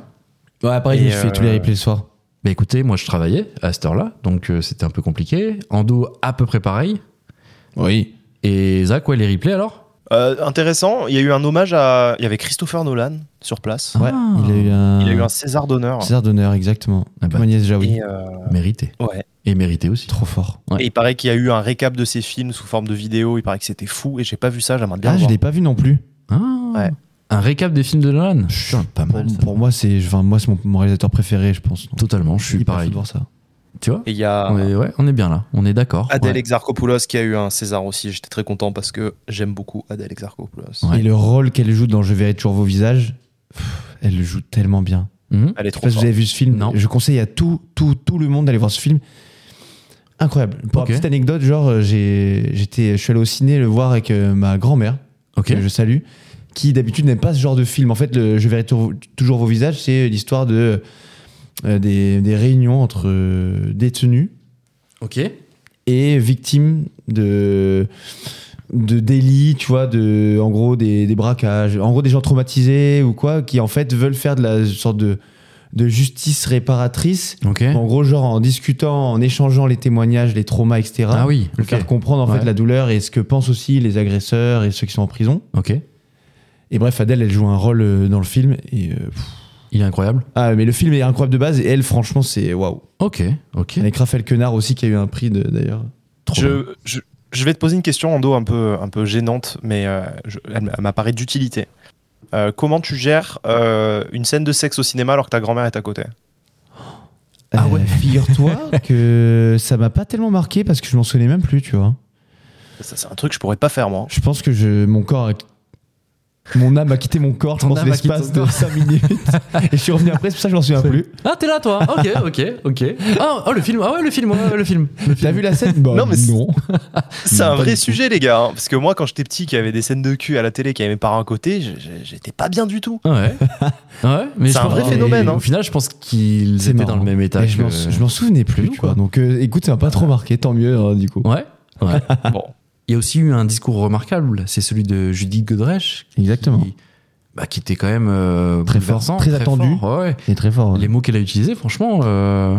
Speaker 3: Ouais, après, je
Speaker 4: Et
Speaker 3: me suis fait
Speaker 4: euh,
Speaker 3: tous les replays le soir.
Speaker 2: Bah écoutez, moi je travaillais à cette heure-là, donc euh, c'était un peu compliqué. Ando, à peu près pareil.
Speaker 3: Oui.
Speaker 2: Et Zach, ouais, les replays alors
Speaker 4: Euh, intéressant, il y a eu un hommage à. Il y avait Christopher Nolan sur place.
Speaker 3: Ouais,
Speaker 2: Ah.
Speaker 3: il a eu un,
Speaker 4: Il a eu un César d'honneur.
Speaker 3: César d'honneur, exactement.
Speaker 2: Ah bah.
Speaker 3: Pour Agnès Jaoui.
Speaker 4: Et, euh,
Speaker 2: Mérité.
Speaker 4: ouais.
Speaker 2: Et mérité aussi.
Speaker 3: Trop fort.
Speaker 2: Ouais.
Speaker 4: Et il paraît qu'il y a eu un récap de ses films sous forme de vidéo. Il paraît que c'était fou et j'ai pas vu ça. J'aimerais bien.
Speaker 3: Ah,
Speaker 4: le
Speaker 3: je
Speaker 4: voir.
Speaker 3: l'ai pas vu non plus.
Speaker 2: Ah.
Speaker 4: Ouais.
Speaker 2: Un récap des films de Nolan Putain, pas
Speaker 3: Pour,
Speaker 2: mal. ça.
Speaker 3: pour moi, c'est enfin, moi, c'est mon, mon réalisateur préféré, je pense. Donc,
Speaker 2: Totalement, je suis
Speaker 3: hyper fou
Speaker 2: pareil.
Speaker 3: de voir ça.
Speaker 2: Tu vois
Speaker 4: Et il y a
Speaker 2: on est, ouais, on est bien là, on est d'accord.
Speaker 4: Adèle
Speaker 2: Ouais.
Speaker 4: Exarchopoulos qui a eu un César aussi. J'étais très content parce que j'aime beaucoup Adèle Exarchopoulos.
Speaker 2: Ouais.
Speaker 3: Et le rôle qu'elle joue dans Je verrai toujours vos visages, pff, elle le joue tellement bien.
Speaker 2: Mhm.
Speaker 4: Elle est
Speaker 3: Je sais
Speaker 4: trop
Speaker 3: pas si vous
Speaker 4: forte.
Speaker 3: avez vu ce film.
Speaker 2: Non.
Speaker 3: Je conseille à tout, tout, tout le monde d'aller voir ce film. Incroyable. Pour
Speaker 2: Ok.
Speaker 3: la petite anecdote, genre, euh, j'ai, j'étais, je suis allé au ciné le voir avec euh, ma grand-mère,
Speaker 2: Ok.
Speaker 3: que je salue, qui d'habitude n'aime pas ce genre de film. En fait, le Je verrai tou- toujours vos visages, c'est l'histoire de, euh, des, des réunions entre euh, détenus
Speaker 2: Ok.
Speaker 3: et victimes de de délits, tu vois, de en gros des, des braquages, en gros des gens traumatisés ou quoi, qui en fait veulent faire de la sorte de de justice réparatrice.
Speaker 2: Ok.
Speaker 3: En gros, genre en discutant, en échangeant les témoignages, les traumas, etc.
Speaker 2: Ah oui,
Speaker 3: Pour
Speaker 2: ok.
Speaker 3: faire comprendre en
Speaker 2: Ouais.
Speaker 3: fait la douleur et ce que pensent aussi les agresseurs et ceux qui sont en prison.
Speaker 2: Ok.
Speaker 3: Et bref, Adèle, elle joue un rôle euh, dans le film et euh, pff,
Speaker 2: Il est incroyable.
Speaker 3: Ah, mais le film est incroyable de base et elle, franchement, c'est waouh.
Speaker 2: Ok, ok.
Speaker 3: Avec Raphaël Quenard aussi qui a eu un prix de- d'ailleurs.
Speaker 2: Trop bien.
Speaker 4: Je, je- je vais te poser une question en dos un peu, un peu gênante, mais euh, je- elle m- elle m'apparaît d'utilité. Euh, comment tu gères euh, une scène de sexe au cinéma alors que ta grand-mère est à côté
Speaker 2: Ah ouais.
Speaker 3: Euh, Figure-toi que ça m'a pas tellement marqué parce que je m'en souvenais même plus, tu vois.
Speaker 4: Ça, C'est un truc que je pourrais pas faire, moi.
Speaker 3: Je pense que je, mon corps a- Mon âme a quitté mon corps, je
Speaker 2: Ton
Speaker 3: pense,
Speaker 2: âme a quitté
Speaker 3: l'espace
Speaker 2: ton
Speaker 3: de 5 minutes. Et je suis revenu après, c'est pour ça que je m'en souviens plus.
Speaker 2: Ah, t'es là, toi Ok, ok, ok. Ah, oh, le film, ah ouais, le film, ouais, le film. Le film.
Speaker 3: T'as vu la scène Bah,
Speaker 4: Non, mais c'est-
Speaker 3: non.
Speaker 4: C'est un
Speaker 3: pas
Speaker 4: vrai
Speaker 3: du tout.
Speaker 4: sujet, les gars. hein, parce que moi, quand j'étais petit, qu'il y avait des scènes de cul à la télé, qu'il y avait mes parents à côté, je- je- j'étais pas bien du tout.
Speaker 2: Ah Ouais. Ah ouais mais
Speaker 4: C'est
Speaker 2: je
Speaker 4: un
Speaker 2: pense-
Speaker 4: vrai
Speaker 2: mais
Speaker 4: phénomène, hein.
Speaker 2: Au final, je pense qu'ils
Speaker 3: C'est
Speaker 2: étaient
Speaker 3: marrant.
Speaker 2: dans le même état.
Speaker 3: Et je m'en
Speaker 2: que-
Speaker 3: sou- je m'en souvenais plus,
Speaker 2: nous,
Speaker 3: tu vois.
Speaker 2: quoi.
Speaker 3: Donc euh, écoute, ça m'a pas trop marqué, tant mieux, hein, du coup.
Speaker 2: Ouais. ouais.
Speaker 4: Bon.
Speaker 2: Il y a aussi eu un discours remarquable, c'est celui de Judith Godrèche.
Speaker 3: Exactement.
Speaker 2: Qui, bah, qui était quand même euh,
Speaker 3: Très fort,
Speaker 2: bouleversant,
Speaker 3: très attendu.
Speaker 2: fort, hein. ouais.
Speaker 3: C'est très fort.
Speaker 2: Les mots qu'elle a utilisés, franchement. euh,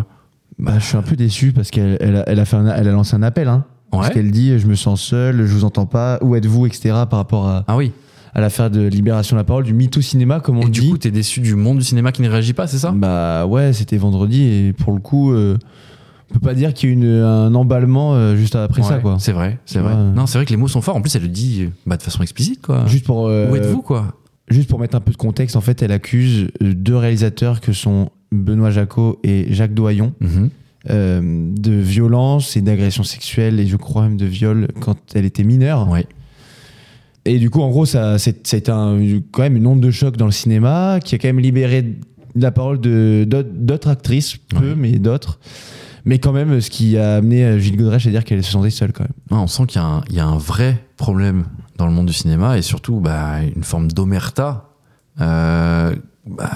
Speaker 3: Bah, je suis un peu déçu parce qu'elle elle a, elle a fait un- elle a lancé un appel. Hein, Parce
Speaker 2: Ouais.
Speaker 3: qu'elle dit Je me sens seule, je vous entends pas, où êtes-vous, etc. par rapport à,
Speaker 2: Ah oui.
Speaker 3: à l'affaire de libération de la parole, du MeToo cinéma, comme on
Speaker 2: Et
Speaker 3: le
Speaker 2: du
Speaker 3: dit.
Speaker 2: coup, t'es déçu du monde du cinéma qui ne réagit pas, c'est ça
Speaker 3: bah ouais, c'était vendredi et pour le coup, euh, on peut pas dire qu'il y a eu une- un emballement euh, juste après
Speaker 2: Ouais,
Speaker 3: ça, quoi.
Speaker 2: C'est vrai, c'est vrai.
Speaker 3: Ouais.
Speaker 2: Non, c'est vrai que les mots sont forts. En plus, elle le dit euh, bah, de façon explicite, quoi.
Speaker 3: Juste pour, euh,
Speaker 2: Où êtes-vous, quoi
Speaker 3: juste pour mettre un peu de contexte, en fait, elle accuse euh, deux réalisateurs que sont Benoît Jacot et Jacques Doyon.
Speaker 2: Mhm.
Speaker 3: euh, de violence et d'agression sexuelle et je crois même de viol quand elle était mineure.
Speaker 2: Ouais.
Speaker 3: Et du coup, en gros, ça, c'est, c'est un, quand même une onde de choc dans le cinéma qui a quand même libéré la parole de, d'autres, d'autres actrices, peu,
Speaker 2: Ouais.
Speaker 3: mais d'autres. Mais quand même, ce qui a amené euh, Gilles Godrèche à dire qu'elle se sentait seule quand même.
Speaker 2: Ouais, on sent qu'il y, a un- il y a un vrai problème dans le monde du cinéma et surtout bah, une forme d'omerta. euh, bah,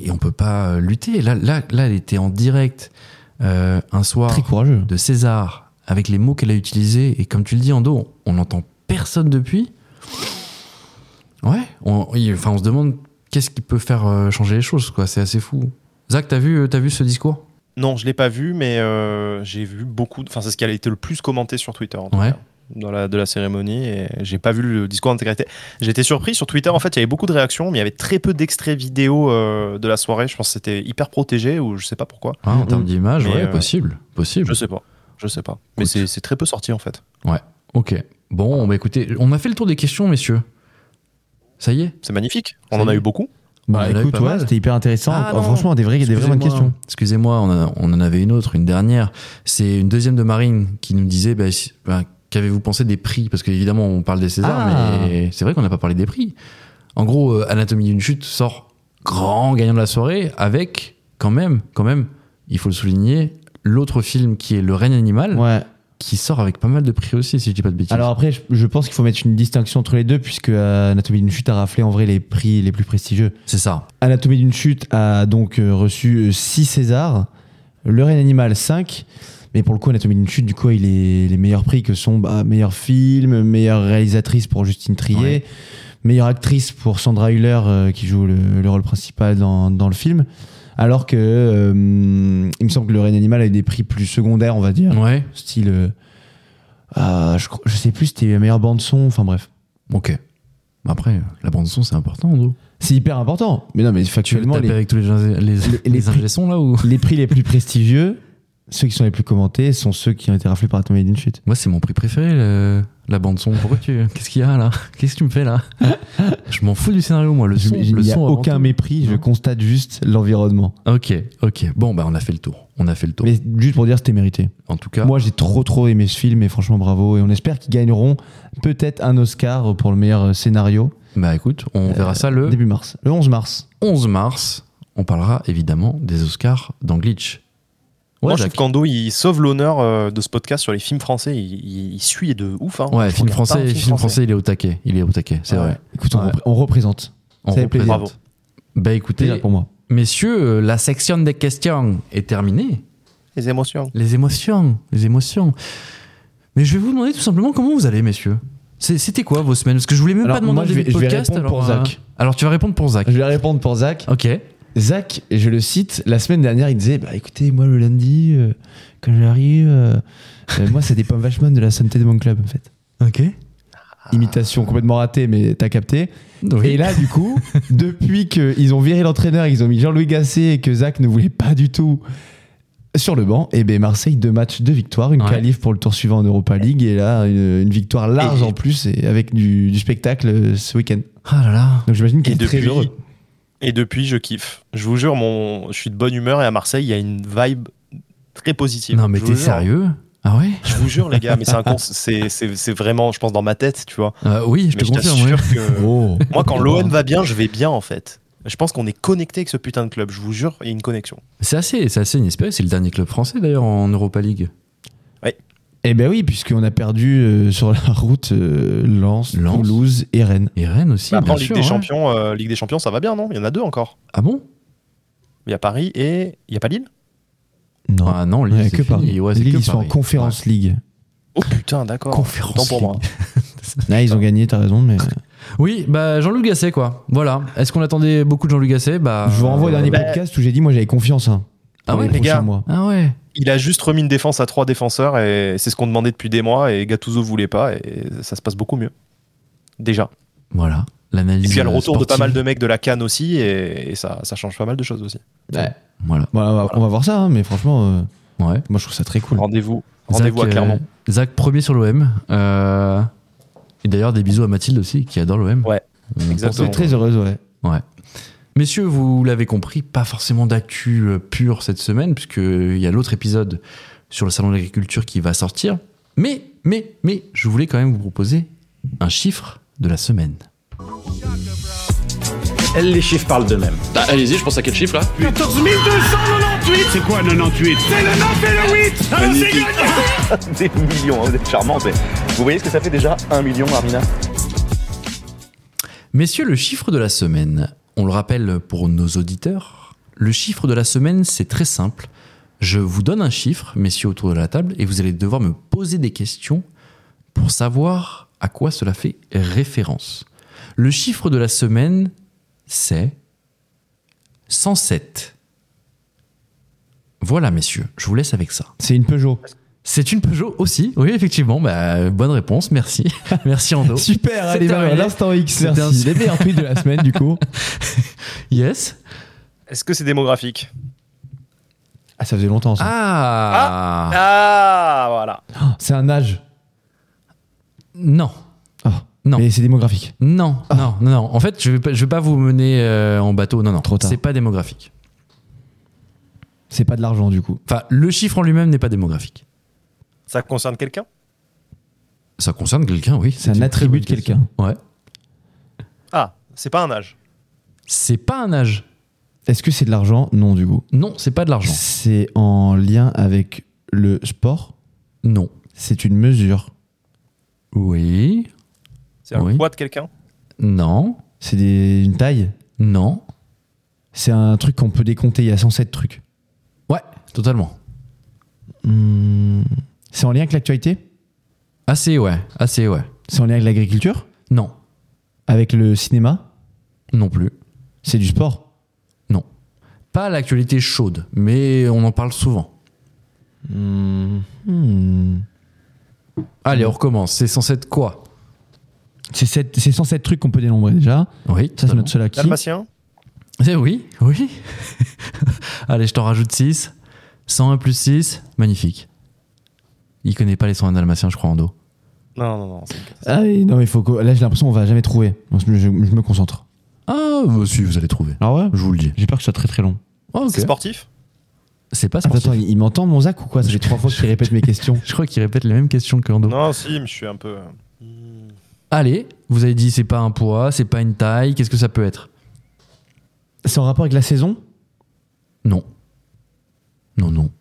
Speaker 2: et on peut pas euh, lutter. Là, là, là, elle était en direct euh, un soir
Speaker 3: Très courageux.
Speaker 2: de César avec les mots qu'elle a utilisés. Et comme tu le dis, Ando, on n'entend personne depuis. Ouais, on, il- enfin, on se demande qu'est-ce qui peut faire euh, changer les choses. quoi. C'est assez fou. Zach, t'as vu, euh, t'as vu ce discours
Speaker 4: Non, je l'ai pas vu, mais euh, j'ai vu beaucoup. de- Enfin, c'est ce qui a été le plus commenté sur Twitter, en tout
Speaker 2: Ouais.
Speaker 4: cas, dans la, de la cérémonie. Et j'ai pas vu le discours en intégralité. J'étais surpris sur Twitter. En fait, il y avait beaucoup de réactions, mais il y avait très peu d'extraits vidéo euh, de la soirée. Je pense que c'était hyper protégé ou je sais pas pourquoi.
Speaker 2: Hein, En termes d'image,
Speaker 4: Mais,
Speaker 2: ouais,
Speaker 4: euh,
Speaker 2: possible. possible.
Speaker 4: Je sais pas. Je sais pas. Mais
Speaker 2: Écoute.
Speaker 4: c'est c'est très peu sorti en fait.
Speaker 2: Ok. Bon, bah écoutez, on a fait le tour des questions, messieurs. Ça y est
Speaker 4: C'est magnifique. On
Speaker 2: Ça
Speaker 4: en
Speaker 2: y
Speaker 4: a
Speaker 2: est.
Speaker 4: eu beaucoup.
Speaker 2: elle
Speaker 3: Bah,
Speaker 2: avait
Speaker 3: écoute,
Speaker 2: pas
Speaker 3: ouais,
Speaker 2: mal.
Speaker 3: c'était hyper intéressant.
Speaker 2: Ah,
Speaker 3: Oh,
Speaker 2: non.
Speaker 3: franchement, des vraies, des vraies bonnes
Speaker 2: Excusez-moi.
Speaker 3: questions.
Speaker 2: Excusez-moi, on, a- on en avait une autre, une dernière. C'est une deuxième de Marine qui nous disait bah, si- bah, qu'avez-vous pensé des prix Parce qu'évidemment, on parle des Césars,
Speaker 3: Ah.
Speaker 2: mais c'est vrai qu'on n'a pas parlé des prix. En gros, euh, Anatomie d'une chute sort grand gagnant de la soirée avec, quand même, quand même, il faut le souligner, l'autre film qui est Le règne animal,
Speaker 3: Ouais.
Speaker 2: qui sort avec pas mal de prix aussi, si je dis pas de bêtises.
Speaker 3: Hmm. Alors après, je, je pense qu'il faut mettre une distinction entre les deux, puisque euh, Anatomie d'une chute a raflé en vrai les prix les plus prestigieux.
Speaker 2: c'est ça.
Speaker 3: Anatomie d'une chute a donc euh, reçu 6 Césars, Le règne animal 5, mais pour le coup Anatomie d'une chute du coup il est les meilleurs prix que sont bah, meilleur film, meilleure réalisatrice pour Justine Trier,
Speaker 2: Ouais.
Speaker 3: meilleure actrice pour Sandra Hüller euh, qui joue le, le rôle principal dans, dans le film, alors que euh, il me semble que Le règne animal a eu des prix plus secondaires on va dire,
Speaker 2: Ouais,
Speaker 3: style euh, ah, je, crois- je sais plus c'était meilleure bande son, enfin bref.
Speaker 2: ok. Bah, Après, la bande-son, c'est important, Ando.
Speaker 3: C'est hyper important. Mais non mais
Speaker 2: Tu veux
Speaker 3: factuellement
Speaker 2: taper
Speaker 3: les-
Speaker 2: avec tous les, gens- les, les,
Speaker 3: les prix-
Speaker 2: ingé-sons, là ou
Speaker 3: les prix les plus prestigieux, ceux qui sont les plus commentés, sont ceux qui ont été raflés par Anatomie d'une chute.
Speaker 2: Moi, c'est mon prix préféré, le- la bande son. Pourquoi tu Qu'est-ce qu'il y a là Qu'est-ce que tu me fais là Je m'en fous du scénario, moi. Le son,
Speaker 3: Il
Speaker 2: le
Speaker 3: n'y a
Speaker 2: son avant
Speaker 3: aucun
Speaker 2: tout.
Speaker 3: mépris, je
Speaker 2: Non.
Speaker 3: constate juste l'environnement.
Speaker 2: Ok, ok. Bon, bah, on a fait le tour. On a fait le tour.
Speaker 3: Mais juste pour dire, c'était mérité.
Speaker 2: en tout cas,
Speaker 3: Moi, j'ai trop trop aimé ce film et franchement, bravo. Et on espère qu'ils gagneront peut-être un Oscar pour le meilleur scénario Euh,
Speaker 2: bah écoute, on verra ça le
Speaker 3: début mars, le 11 mars.
Speaker 2: 11 mars. On parlera évidemment des Oscars dans Glitch. Ouais, bah,
Speaker 4: Moi, je
Speaker 2: Jacques.
Speaker 4: trouve qu'Ando, il sauve l'honneur euh, de ce podcast sur les films français. Il, il- il suit de ouf. Hein.
Speaker 2: Ouais,
Speaker 4: Je
Speaker 2: film
Speaker 4: regarde pas un
Speaker 2: français, film, français, il est au taquet. Il est au taquet, c'est
Speaker 3: Ah ouais.
Speaker 2: vrai.
Speaker 3: Écoute, on,
Speaker 2: Ouais.
Speaker 3: repré- on représente.
Speaker 2: On
Speaker 3: Ça fait plaisir.
Speaker 2: représente.
Speaker 4: Bravo.
Speaker 2: Bah écoutez,
Speaker 3: Plaisir pour moi.
Speaker 2: messieurs, euh, la section des questions est terminée.
Speaker 4: Les émotions.
Speaker 2: Les émotions, les émotions. Mais je vais vous demander tout simplement comment vous allez, messieurs. C'est- C'était quoi vos semaines Parce que je voulais même
Speaker 3: Alors,
Speaker 2: pas demander
Speaker 3: moi, je
Speaker 2: au
Speaker 3: vais-
Speaker 2: début
Speaker 3: je
Speaker 2: de
Speaker 3: vais
Speaker 2: podcast.
Speaker 3: répondre pour
Speaker 2: alors,
Speaker 3: Zach.
Speaker 2: euh, alors, tu vas répondre pour Zach.
Speaker 3: Je vais répondre pour Zach.
Speaker 2: Ok.
Speaker 3: Zach, et je le cite, la semaine dernière, il disait Bah écoutez, moi le lundi, euh, quand j'arrive, euh, euh, moi c'est des pommes vachement de la santé de mon club en fait.
Speaker 2: Ok.
Speaker 4: Ah.
Speaker 3: Imitation complètement ratée, mais t'as capté.
Speaker 2: Oui.
Speaker 3: Et là, du coup, depuis qu'ils ont viré l'entraîneur, ils ont mis Jean-Louis Gasset et que Zach ne voulait pas du tout sur le banc, et ben Marseille, deux matchs, deux victoires, une
Speaker 2: Ouais.
Speaker 3: qualif pour le tour suivant en Europa League, et là, une, une victoire large
Speaker 4: Et-
Speaker 3: en plus, et avec du, du spectacle euh, ce week-end.
Speaker 2: Ah là là.
Speaker 3: Donc j'imagine qu'il
Speaker 4: Et
Speaker 3: est très
Speaker 4: depuis,
Speaker 3: heureux.
Speaker 4: et depuis, je kiffe. Je vous jure, mon... je suis de bonne humeur et à Marseille, il y a une vibe très positive.
Speaker 2: Non mais
Speaker 4: Je vous
Speaker 2: t'es
Speaker 4: jure.
Speaker 2: sérieux Ah ouais
Speaker 4: Je vous jure, les gars, mais c'est un cons- c'est- c'est c'est vraiment, je pense, dans ma tête, tu vois.
Speaker 2: Euh, Oui, je
Speaker 4: Mais
Speaker 2: te confirme.
Speaker 4: t'assure
Speaker 2: ouais.
Speaker 4: que
Speaker 3: Oh.
Speaker 4: euh, moi, quand l'OM va bien, je vais bien, en fait. Je pense qu'on est connecté avec ce putain de club, je vous jure, il y a une connexion.
Speaker 2: C'est assez, c'est assez inespéré. C'est le dernier club français d'ailleurs en Europa League.
Speaker 3: Eh ben oui, puisqu'on a perdu euh, sur la route euh, Lens,
Speaker 2: Lens.
Speaker 3: Toulouse et Rennes.
Speaker 2: Et Rennes aussi,
Speaker 4: Bah,
Speaker 2: bien
Speaker 4: après, en Ligue,
Speaker 2: sûr.
Speaker 4: des
Speaker 2: ouais.
Speaker 4: Champions, euh, Ligue des Champions, ça va bien, non Il y en a deux encore.
Speaker 2: Ah bon
Speaker 4: Il y a Paris et il y a pas Lille
Speaker 3: Non,
Speaker 2: Ah non,
Speaker 3: Ouais,
Speaker 2: Lille, c'est
Speaker 3: que Paris.
Speaker 2: fini. Ouais, c'est
Speaker 3: Lille,
Speaker 2: que
Speaker 3: ils sont en
Speaker 2: Paris.
Speaker 3: conférence league.
Speaker 4: Oh putain, d'accord.
Speaker 2: Conférence
Speaker 4: Tant pour moi.
Speaker 3: Là, Ah, ils ont gagné, t'as raison, mais
Speaker 2: Oui, bah Jean-Luc Gasset quoi. Voilà. Est-ce qu'on attendait beaucoup de Jean-Luc Gasset Bah.
Speaker 3: je vous renvoie au dernier
Speaker 4: bah-
Speaker 3: podcast où j'ai dit, moi, j'avais confiance. Hein,
Speaker 2: Ah
Speaker 3: pour
Speaker 2: ouais,
Speaker 3: les
Speaker 4: les
Speaker 3: prochains
Speaker 4: gars.
Speaker 3: mois.
Speaker 2: Ah ouais.
Speaker 4: Il a juste remis une défense à trois défenseurs et c'est ce qu'on demandait depuis des mois et Gattuso voulait pas et ça se passe beaucoup mieux. Déjà.
Speaker 2: Voilà.
Speaker 4: Et
Speaker 2: L'analyse.
Speaker 4: puis il y a le
Speaker 2: euh,
Speaker 4: retour de pas
Speaker 2: sportive.
Speaker 4: mal de mecs de la Cannes aussi et, et ça, ça change pas mal de choses aussi.
Speaker 3: Ouais.
Speaker 2: Voilà.
Speaker 3: Bon, on, va, on va voir ça, hein, mais franchement, euh,
Speaker 2: Ouais.
Speaker 3: moi, je trouve ça très cool.
Speaker 4: Rendez-vous. Rendez-vous à
Speaker 2: Zach, euh,
Speaker 4: Clermont.
Speaker 2: Zach premier sur l'OM. Euh, Et d'ailleurs des bisous à Mathilde aussi qui adore Euh, l'OM.
Speaker 4: Ouais,
Speaker 2: On
Speaker 4: exactement.
Speaker 3: On est très heureuse, ouais.
Speaker 2: Messieurs, vous l'avez compris, pas forcément d'actu euh, pure cette semaine, puisqu'il y a l'autre épisode sur le Salon de l'Agriculture qui va sortir. Mais, mais, mais, je voulais quand même vous proposer un chiffre de la semaine.
Speaker 9: Les chiffres parlent d'eux-mêmes.
Speaker 6: Allez-y, je pense à quel chiffre là
Speaker 10: 98 C'est quoi 98 C'est le 9 et le 8 Alors c'est gagné
Speaker 9: Des millions, hein, vous êtes charmants. mais Vous voyez ce que ça fait déjà Un million, Armina
Speaker 2: Messieurs, le chiffre de la semaine, on le rappelle pour nos auditeurs, le chiffre de la semaine, c'est très simple. Je vous donne un chiffre, messieurs, autour de la table, et vous allez devoir me poser des questions pour savoir à quoi cela fait référence. Le chiffre de la semaine, c'est 107. Voilà, messieurs, je vous laisse avec ça.
Speaker 3: C'est une Peugeot.
Speaker 2: C'est une Peugeot aussi, oui, effectivement. bah, bonne réponse, merci. merci, Ando.
Speaker 3: Super, allez,
Speaker 2: C'était
Speaker 3: Mario,
Speaker 2: un-
Speaker 3: l'instant X,
Speaker 2: c'était
Speaker 3: merci.
Speaker 2: un-
Speaker 3: Les meilleurs tweets de la semaine, du coup.
Speaker 2: Yes.
Speaker 4: Est-ce que c'est démographique
Speaker 3: Ah, ça faisait longtemps, ça.
Speaker 2: Ah,
Speaker 4: Ah voilà.
Speaker 3: C'est un âge.
Speaker 2: Non,
Speaker 3: Ah.
Speaker 2: Non.
Speaker 3: Mais c'est démographique.
Speaker 2: non, non, non, non. En fait, je vais pas, je vais pas vous mener euh, en bateau. Non, non.
Speaker 3: Trop tard.
Speaker 2: C'est pas démographique.
Speaker 3: C'est pas de l'argent, du coup.
Speaker 2: Enfin, le chiffre en lui-même n'est pas démographique.
Speaker 4: Ça concerne quelqu'un
Speaker 2: Ça concerne quelqu'un, oui.
Speaker 3: C'est un
Speaker 2: une
Speaker 3: attribut de
Speaker 2: très bonne
Speaker 3: quelqu'un.
Speaker 2: question. Ouais.
Speaker 4: Ah, c'est pas un âge.
Speaker 2: C'est pas un âge.
Speaker 3: Est-ce que c'est de l'argent Non, du coup.
Speaker 2: Non, c'est pas de l'argent.
Speaker 3: C'est en lien avec le sport.
Speaker 2: Non.
Speaker 3: C'est une mesure.
Speaker 2: Oui.
Speaker 4: C'est un
Speaker 2: Oui.
Speaker 4: poids de quelqu'un
Speaker 2: Non.
Speaker 3: C'est des- une taille.
Speaker 2: Non.
Speaker 3: C'est un truc qu'on peut décompter. Il y a 107 trucs.
Speaker 2: Ouais, totalement.
Speaker 3: Hmm. C'est en lien avec l'actualité
Speaker 2: Assez, ouais. Assez, ouais.
Speaker 3: C'est en lien avec l'agriculture
Speaker 2: Non.
Speaker 3: Avec le cinéma
Speaker 2: Non plus.
Speaker 3: C'est du sport
Speaker 2: Non. Pas l'actualité chaude, mais on en parle souvent.
Speaker 3: Hmm.
Speaker 2: Allez, on recommence. C'est censé être quoi
Speaker 3: C'est sept- c'est 107 trucs qu'on peut dénombrer déjà.
Speaker 2: Oui.
Speaker 3: Ça, c'est
Speaker 2: totalement.
Speaker 3: notre seul acquis.
Speaker 4: Dalmatien
Speaker 2: Eh oui, oui. Allez, je t'en rajoute 6. 101 plus 6, magnifique. Il connaît pas les sons dalmatiens, je crois, en dos.
Speaker 4: Non, non, non. c'est-
Speaker 3: Ah oui, non, mais faut que- Là, j'ai l'impression qu'on va jamais trouver. Moi, Je, je- je me concentre.
Speaker 2: Ah, bah, si, vous allez trouver.
Speaker 3: Ah ouais
Speaker 2: Je vous le dis.
Speaker 3: J'ai peur que ce soit très très long.
Speaker 2: Ah, ok.
Speaker 4: C'est sportif
Speaker 2: C'est pas
Speaker 3: Attends,
Speaker 2: sportif.
Speaker 3: attends, il il m'entend mon Zach ou quoi Ça fait trois fois qu'il répète mes questions.
Speaker 2: Je crois qu'il répète les mêmes questions que Ando.
Speaker 4: Non, si, mais je suis un peu. euh,
Speaker 2: Allez, vous avez dit c'est pas un poids, c'est pas une taille, qu'est-ce que ça peut être
Speaker 3: C'est en rapport avec la saison
Speaker 2: Non. Non, non.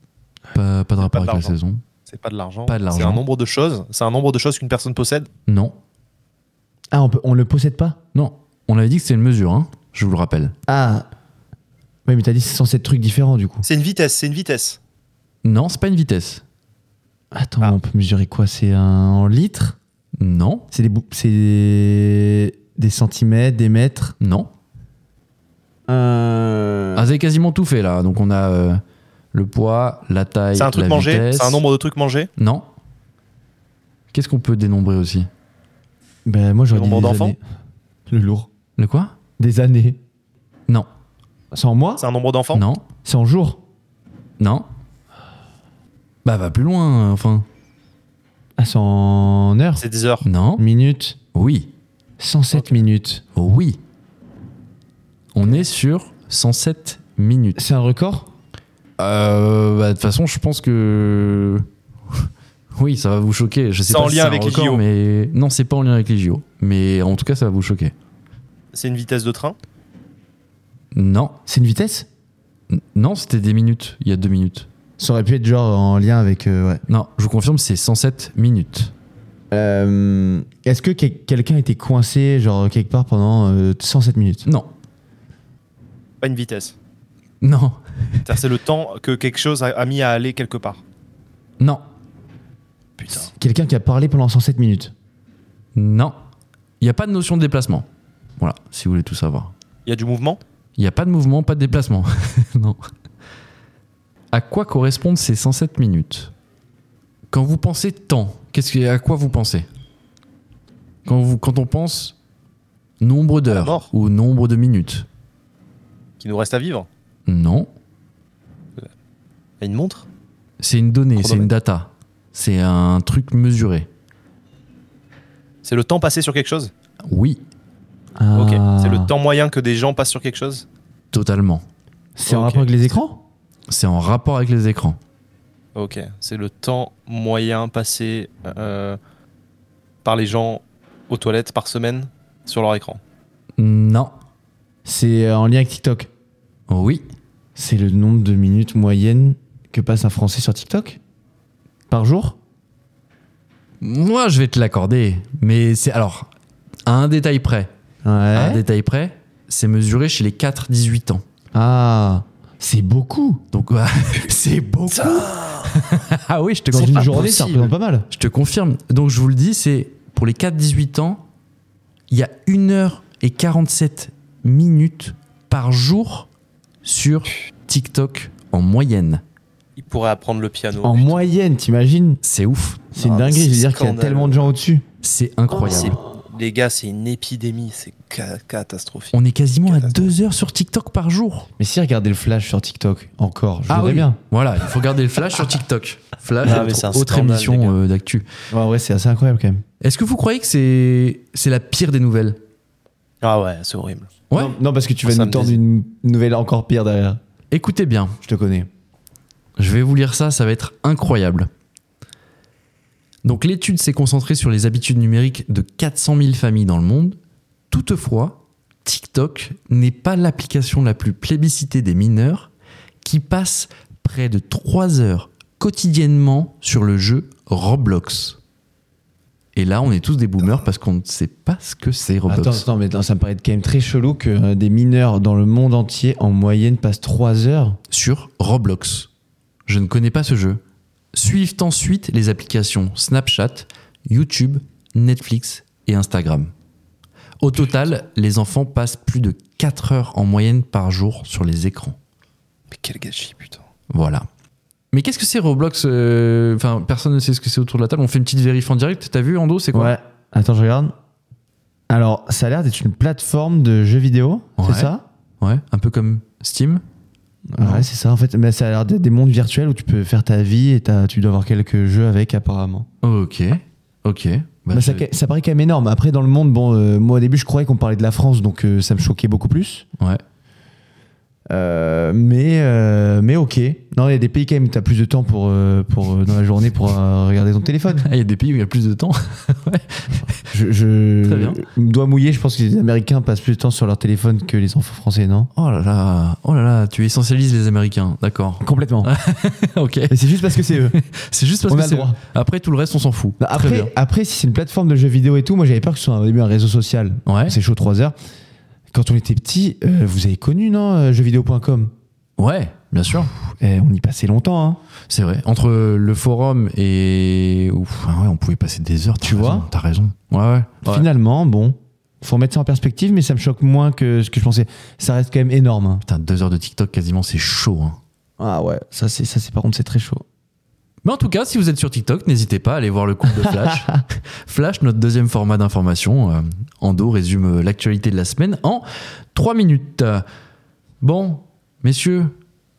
Speaker 2: Pas, pas de rapport
Speaker 4: de
Speaker 2: avec la
Speaker 4: l'argent.
Speaker 2: saison.
Speaker 4: C'est pas de l'argent.
Speaker 2: Pas de l'argent.
Speaker 4: C'est un nombre de choses. C'est un nombre de choses qu'une personne possède.
Speaker 2: Non.
Speaker 3: Ah, on, peut, on le possède pas
Speaker 2: Non. On avait dit que c'était une mesure, hein. Je vous le rappelle.
Speaker 3: Ah. Oui, mais t'as dit c'est censé être truc différent du coup.
Speaker 4: C'est une vitesse. C'est une vitesse.
Speaker 2: Non, c'est pas une vitesse.
Speaker 3: Attends,
Speaker 4: Ah.
Speaker 3: on peut mesurer quoi C'est un en litres
Speaker 2: Non.
Speaker 3: C'est des bou- c'est des... des centimètres, des mètres.
Speaker 2: Non. Ah, vous avez quasiment tout fait là. Donc on a euh, le poids, la taille,
Speaker 4: C'est un truc
Speaker 2: la
Speaker 4: mangé.
Speaker 2: vitesse.
Speaker 4: C'est un nombre de trucs mangés.
Speaker 2: Non. Qu'est-ce qu'on peut dénombrer aussi
Speaker 3: Ben, moi, j'aurais
Speaker 4: Le
Speaker 3: dit
Speaker 4: nombre
Speaker 3: des
Speaker 4: d'enfants
Speaker 3: années. Le lourd.
Speaker 2: Le quoi
Speaker 3: Des années.
Speaker 2: Non.
Speaker 3: C'est en mois
Speaker 4: C'est un nombre d'enfants
Speaker 2: Non.
Speaker 3: C'est en jours
Speaker 2: Non. Bah, va plus loin, euh, enfin.
Speaker 3: Ah, c'est en heures
Speaker 4: C'est des heures.
Speaker 2: Non.
Speaker 3: Minutes
Speaker 2: Oui. Oh,
Speaker 3: 107 minutes.
Speaker 2: Oui. On est sur 107 minutes.
Speaker 3: C'est un record
Speaker 2: Euh, bah, de toute façon, je pense que. Oui, ça va vous choquer. Je sais
Speaker 4: C'est
Speaker 2: pas
Speaker 4: en
Speaker 2: si
Speaker 4: lien
Speaker 2: c'est un
Speaker 4: avec les
Speaker 2: record,
Speaker 4: JO.
Speaker 2: Mais... Non, c'est pas en lien avec les JO. Mais en tout cas, ça va vous choquer.
Speaker 4: C'est une vitesse de train
Speaker 2: Non.
Speaker 3: C'est une vitesse
Speaker 2: N- Non, c'était des minutes, il y a deux minutes.
Speaker 3: Ça aurait pu être genre en lien avec. euh, ouais.
Speaker 2: Non, je vous confirme, c'est 107 minutes.
Speaker 3: Euh, Est-ce que quel- quelqu'un était coincé, genre quelque part pendant euh, 107 minutes
Speaker 2: Non.
Speaker 4: Pas une vitesse.
Speaker 2: Non.
Speaker 4: C'est-à-dire, C'est le temps que quelque chose a, a mis à aller quelque part.
Speaker 2: Non.
Speaker 4: Putain.
Speaker 3: Quelqu'un qui a parlé pendant 107 minutes
Speaker 2: Non. Il n'y a pas de notion de déplacement. Voilà, si vous voulez tout savoir.
Speaker 4: Il y a du mouvement
Speaker 2: Il n'y a pas de mouvement, pas de déplacement. non. À quoi correspondent ces 107 minutes Quand vous pensez temps, qu'est-ce que, à quoi vous pensez quand, vous, quand on pense nombre d'heures
Speaker 4: mort.
Speaker 2: ou nombre de minutes
Speaker 4: qui nous reste à vivre.
Speaker 2: Non.
Speaker 4: Il y a une montre
Speaker 2: C'est une donnée, c'est une
Speaker 4: Chronomètre.
Speaker 2: data. C'est un truc mesuré.
Speaker 4: C'est le temps passé sur quelque chose
Speaker 2: Oui,
Speaker 4: Ok.
Speaker 3: Ah.
Speaker 4: C'est le temps moyen que des gens passent sur quelque chose
Speaker 2: totalement.
Speaker 3: C'est en
Speaker 4: Ok.
Speaker 3: rapport avec les écrans
Speaker 2: C'est en rapport avec les écrans.
Speaker 4: Ok. C'est le temps moyen passé euh, par les gens aux toilettes par semaine sur leur écran.
Speaker 2: Non.
Speaker 3: C'est euh, en lien avec TikTok
Speaker 2: Oui.
Speaker 3: C'est le nombre de minutes moyennes que passe un Français sur TikTok Par jour
Speaker 2: Moi, je vais te l'accorder. Mais c'est. Alors, à un détail près.
Speaker 4: Hein
Speaker 2: À un
Speaker 3: Ouais.
Speaker 2: détail près, c'est mesuré chez les 4-18 ans.
Speaker 3: Ah, c'est beaucoup
Speaker 2: Donc, bah, c'est beaucoup. ah oui, je te
Speaker 3: Dans
Speaker 2: confirme.
Speaker 3: une journée, ça représente pas mal.
Speaker 2: Je te confirme. Donc, je vous le dis, c'est pour les 4-18 ans, il y a 1h47 minutes par jour sur TikTok en moyenne.
Speaker 4: Ils pourraient apprendre le piano.
Speaker 3: En
Speaker 4: Putain.
Speaker 3: moyenne, t'imagines
Speaker 2: C'est ouf.
Speaker 3: Oh, Ah, C'est une
Speaker 4: Non, mais
Speaker 3: dinguerie, je
Speaker 4: c'est
Speaker 3: veux dire qu'il y a
Speaker 4: scandaleux.
Speaker 3: tellement de gens au-dessus.
Speaker 2: C'est incroyable.
Speaker 4: C'est- Les gars, c'est une épidémie, c'est ca- catastrophique.
Speaker 2: On est quasiment à
Speaker 4: Catastrophe.
Speaker 2: 2 heures sur TikTok par jour.
Speaker 3: Mais si regardez le flash sur TikTok, encore, je
Speaker 2: Ah
Speaker 3: voudrais
Speaker 2: oui.
Speaker 3: bien.
Speaker 2: Voilà, il faut garder le flash sur TikTok. Flash,
Speaker 4: Ah, mais
Speaker 2: autre,
Speaker 4: c'est un
Speaker 2: autre
Speaker 4: scandale, les gars.
Speaker 2: émission euh, d'actu.
Speaker 3: Ouais, ouais, c'est assez incroyable quand même.
Speaker 2: Est-ce que vous croyez que c'est c'est la pire des nouvelles
Speaker 4: Ah ouais, c'est horrible.
Speaker 2: Ouais.
Speaker 3: Non, non, parce que tu vas
Speaker 4: Ça
Speaker 3: nous
Speaker 4: me
Speaker 3: tendre
Speaker 4: dés-
Speaker 3: une nouvelle encore pire derrière.
Speaker 2: Écoutez bien,
Speaker 3: Je te connais.
Speaker 2: je vais vous lire ça, ça va être incroyable. Donc l'étude s'est concentrée sur les habitudes numériques de 400 000 familles dans le monde. Toutefois, TikTok n'est pas l'application la plus plébiscitée des mineurs qui passent près de 3 heures quotidiennement sur le jeu Roblox. Et là, on est tous des boomers parce qu'on ne sait pas ce que c'est Roblox.
Speaker 3: Attends, attends, mais attends, ça me paraît quand même très chelou que euh, des mineurs dans le monde entier, en moyenne, passent 3 heures.
Speaker 2: sur Roblox. Je ne connais pas ce jeu. Suivent ensuite les applications Snapchat, YouTube, Netflix et Instagram. Au total, les enfants passent plus de 4 heures en moyenne par jour sur les écrans.
Speaker 4: Mais quel gâchis, putain.
Speaker 2: Voilà. Mais qu'est-ce que c'est Roblox euh, Enfin, personne ne sait ce que c'est autour de la table. On fait une petite vérif en direct. T'as vu, Ando C'est quoi
Speaker 3: Ouais. Attends, je regarde. Alors, ça a l'air d'être une plateforme de jeux vidéo,
Speaker 2: Ouais.
Speaker 3: c'est ça
Speaker 2: Ouais, un peu comme Steam.
Speaker 3: Ouais, c'est ça en fait. Mais ça a l'air d'être des mondes virtuels où tu peux faire ta vie et t'as- tu dois avoir quelques jeux avec apparemment.
Speaker 2: Ok, ok. Bah,
Speaker 3: Bah, ça,
Speaker 2: je-
Speaker 3: ça paraît quand même énorme. Après, dans le monde, bon, euh, moi au début, je croyais qu'on parlait de la France, donc euh, ça me choquait beaucoup plus.
Speaker 2: Ouais.
Speaker 3: Euh, mais, euh, mais ok. Non, il y a des pays quand même où t'as plus de temps pour, euh, pour, euh, dans la journée pour euh, regarder ton téléphone.
Speaker 2: Ah, Il y a des pays où il y a plus de temps.
Speaker 3: Je, je,
Speaker 2: Très bien.
Speaker 3: me dois mouiller, je pense que les Américains passent plus de temps sur leur téléphone que les enfants français, non
Speaker 2: Oh là là, oh là là, tu essentialises les Américains, d'accord.
Speaker 3: Complètement.
Speaker 2: ok.
Speaker 3: Mais c'est juste parce que c'est eux.
Speaker 2: C'est juste parce
Speaker 3: On
Speaker 2: que
Speaker 3: a le
Speaker 2: c'est-
Speaker 3: droit.
Speaker 2: Après, tout le reste, on s'en fout.
Speaker 3: Bah,
Speaker 2: Très
Speaker 3: après,
Speaker 2: bien.
Speaker 3: après, si c'est une plateforme de jeux vidéo et tout, moi j'avais peur que ce soit au début un réseau social.
Speaker 2: Ouais.
Speaker 3: C'est chaud 3 heures. Quand on était petit, euh, vous avez connu, non euh, Jeuxvideo.com
Speaker 2: Ouais, bien sûr.
Speaker 3: Eh, On y passait longtemps. hein.
Speaker 2: C'est vrai. Entre le forum et. Ouf, ah ouais, on pouvait passer des heures, tu
Speaker 3: vois
Speaker 2: vois. T'as raison. Ouais, ouais. Ouais.
Speaker 3: Finalement, bon, faut remettre ça en perspective, mais ça me choque moins que ce que je pensais. Ça reste quand même énorme. hein.
Speaker 2: Putain, deux heures de TikTok, quasiment, c'est chaud. hein.
Speaker 3: Ah ouais, ça c'est ça c'est par contre c'est très chaud.
Speaker 2: Mais en tout cas, si vous êtes sur TikTok, n'hésitez pas à aller voir le compte de Flash. Flash, notre deuxième format d'information. euh, Ando résume euh, l'actualité de la semaine en 3 minutes. Euh, Bon, messieurs,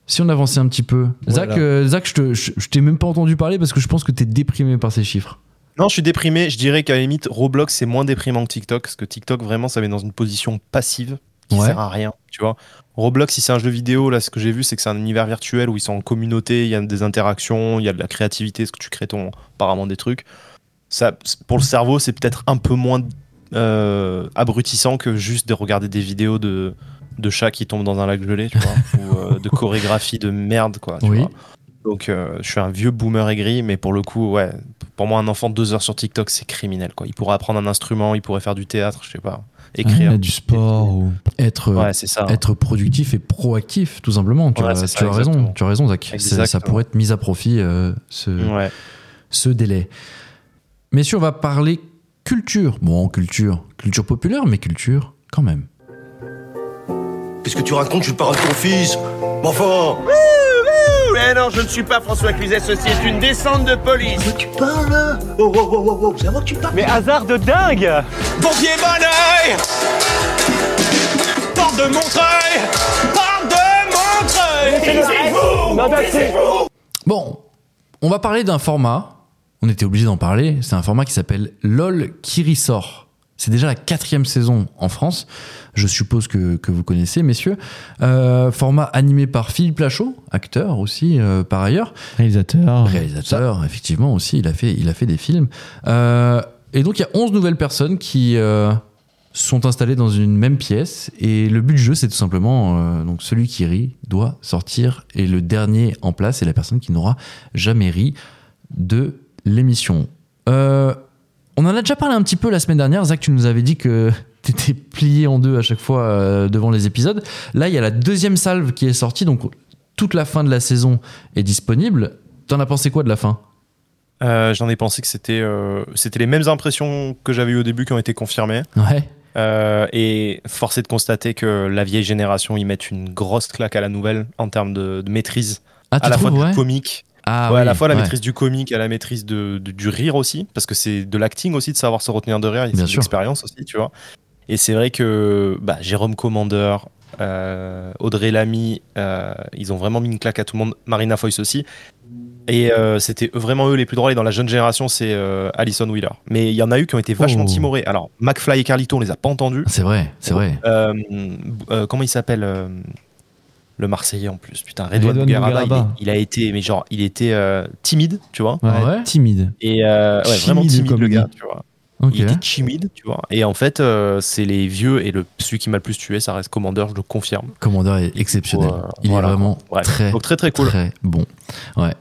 Speaker 2: si on avançait un petit peu.
Speaker 3: Voilà.
Speaker 2: Zach, euh, Zach je te- je je t'ai même pas entendu parler parce que je pense que tu es déprimé par ces chiffres.
Speaker 4: Non, je suis déprimé. Je dirais qu'à la limite, Roblox, c'est moins déprimant que TikTok, parce que TikTok, vraiment, ça met dans une position passive qui
Speaker 2: Ouais.
Speaker 4: sert à rien, tu vois. Roblox, si c'est un jeu vidéo, là, ce que j'ai vu, c'est que c'est un univers virtuel où ils sont en communauté, il y a des interactions, il y a de la créativité, ce que tu crées ton, apparemment, des trucs. Ça, c'est- pour le cerveau, c'est peut-être un peu moins euh, abrutissant que juste de regarder des vidéos de, de chats qui tombent dans un lac gelé, tu vois, ou euh, de chorégraphie de merde, quoi, tu
Speaker 2: Oui.
Speaker 4: vois. Donc, euh, je suis un vieux boomer aigri, mais pour le coup, ouais, pour moi, un enfant de deux heures sur TikTok, c'est criminel, quoi. Il pourrait apprendre un instrument, il pourrait faire du théâtre, je sais pas, écrire.
Speaker 3: du sport. ou-
Speaker 2: Être, euh,
Speaker 4: ouais, c'est ça.
Speaker 2: Ah,
Speaker 4: hein.
Speaker 2: être productif et proactif, tout simplement. Tu,
Speaker 4: Ouais,
Speaker 2: as,
Speaker 4: c'est
Speaker 2: tu
Speaker 4: ça,
Speaker 2: as raison,
Speaker 4: exactement.
Speaker 2: tu as raison, Zach. C'est- Ça
Speaker 4: Exactement. Mm.
Speaker 2: pourrait être mis à profit, euh, ce,
Speaker 4: Ouais.
Speaker 2: ce délai. Messieurs, on va parler culture. Bon, culture, culture populaire, mais culture quand même.
Speaker 6: Qu'est-ce que tu racontes Je suis le parent de ton fils. Mais enfin
Speaker 10: Eh non, je ne suis pas François Cluzet, ceci est une descente de police.
Speaker 6: Mais tu parles là Oh, oh, oh, oh, oh, c'est à moi que tu parles
Speaker 9: Mais hasard de dingue
Speaker 6: Bon pied, bon oeil Porte de Montreuil Porte de Montreuil
Speaker 9: Non, bah, c'est-
Speaker 2: Bon, on va parler d'un format. On était obligé d'en parler. C'est un format qui s'appelle LOL qui ressort. C'est déjà la quatrième saison en France. Je suppose que, que vous connaissez, messieurs. Euh, format animé par Philippe Lachaud, acteur aussi euh, par ailleurs.
Speaker 3: Réalisateur.
Speaker 2: réalisateur, effectivement aussi, il a fait, il a fait des films. Euh, et donc il y a 11 nouvelles personnes qui euh, sont installées dans une même pièce. Et le but du jeu, c'est tout simplement euh, donc celui qui rit doit sortir et le dernier en place est la personne qui n'aura jamais ri de l'émission. Euh, on en a déjà parlé un petit peu la semaine dernière. Zach, tu nous avais dit que t'étais plié en deux à chaque fois euh, devant les épisodes. Là, il y a la deuxième salve qui est sortie, donc toute la fin de la saison est disponible. T'en as pensé quoi de la fin
Speaker 4: Euh, J'en ai pensé que c'était euh, c'était les mêmes impressions que j'avais eues au début qui ont été confirmées.
Speaker 2: Ouais.
Speaker 4: Euh, et force est de constater que la vieille génération, ils mettent une grosse claque à la nouvelle en termes de, de maîtrise,
Speaker 2: Ah,
Speaker 4: à
Speaker 2: tu
Speaker 4: la fois
Speaker 2: trouves, ouais
Speaker 4: du comique,
Speaker 2: ah,
Speaker 4: ouais, à
Speaker 2: oui,
Speaker 4: la fois la
Speaker 2: ouais.
Speaker 4: maîtrise du comique, à la maîtrise de, de- du rire aussi, parce que c'est de l'acting aussi, de savoir se retenir de rire, il y
Speaker 2: Bien
Speaker 4: a
Speaker 2: sûr.
Speaker 4: l'expérience aussi, tu vois. Et c'est vrai que bah, Jérôme Commander, euh, Audrey Lamy, euh, ils ont vraiment mis une claque à tout le monde, Marina Foyce aussi. Et euh, c'était vraiment eux les plus drôles. Et dans la jeune génération, c'est euh, Alison Wheeler. Mais il y en a eu qui ont été vachement
Speaker 2: Oh.
Speaker 4: timorés. Alors, McFly et Carlito, on les a pas entendus.
Speaker 2: C'est vrai, c'est vrai.
Speaker 4: Euh, euh, comment il s'appelle euh, le Marseillais en plus putain Redouane
Speaker 3: Redouane
Speaker 4: Bougaraba, il est-
Speaker 3: Bougaraba.
Speaker 4: il, a été mais genre il était euh, timide tu vois
Speaker 3: Ouais,
Speaker 2: Ah Ouais.
Speaker 3: Timide.
Speaker 4: et euh, ouais,
Speaker 3: Timide
Speaker 4: vraiment timide
Speaker 3: comme
Speaker 4: le
Speaker 3: dit.
Speaker 4: gars tu vois
Speaker 2: Ok.
Speaker 4: il était timide tu vois et en fait euh, c'est les vieux et le celui qui m'a le plus tué ça reste Commander je le confirme
Speaker 2: Commandeur est exceptionnel.
Speaker 4: Voilà.
Speaker 2: Il est vraiment
Speaker 4: Bref.
Speaker 2: très,
Speaker 4: donc très très cool
Speaker 2: très bon. Ouais.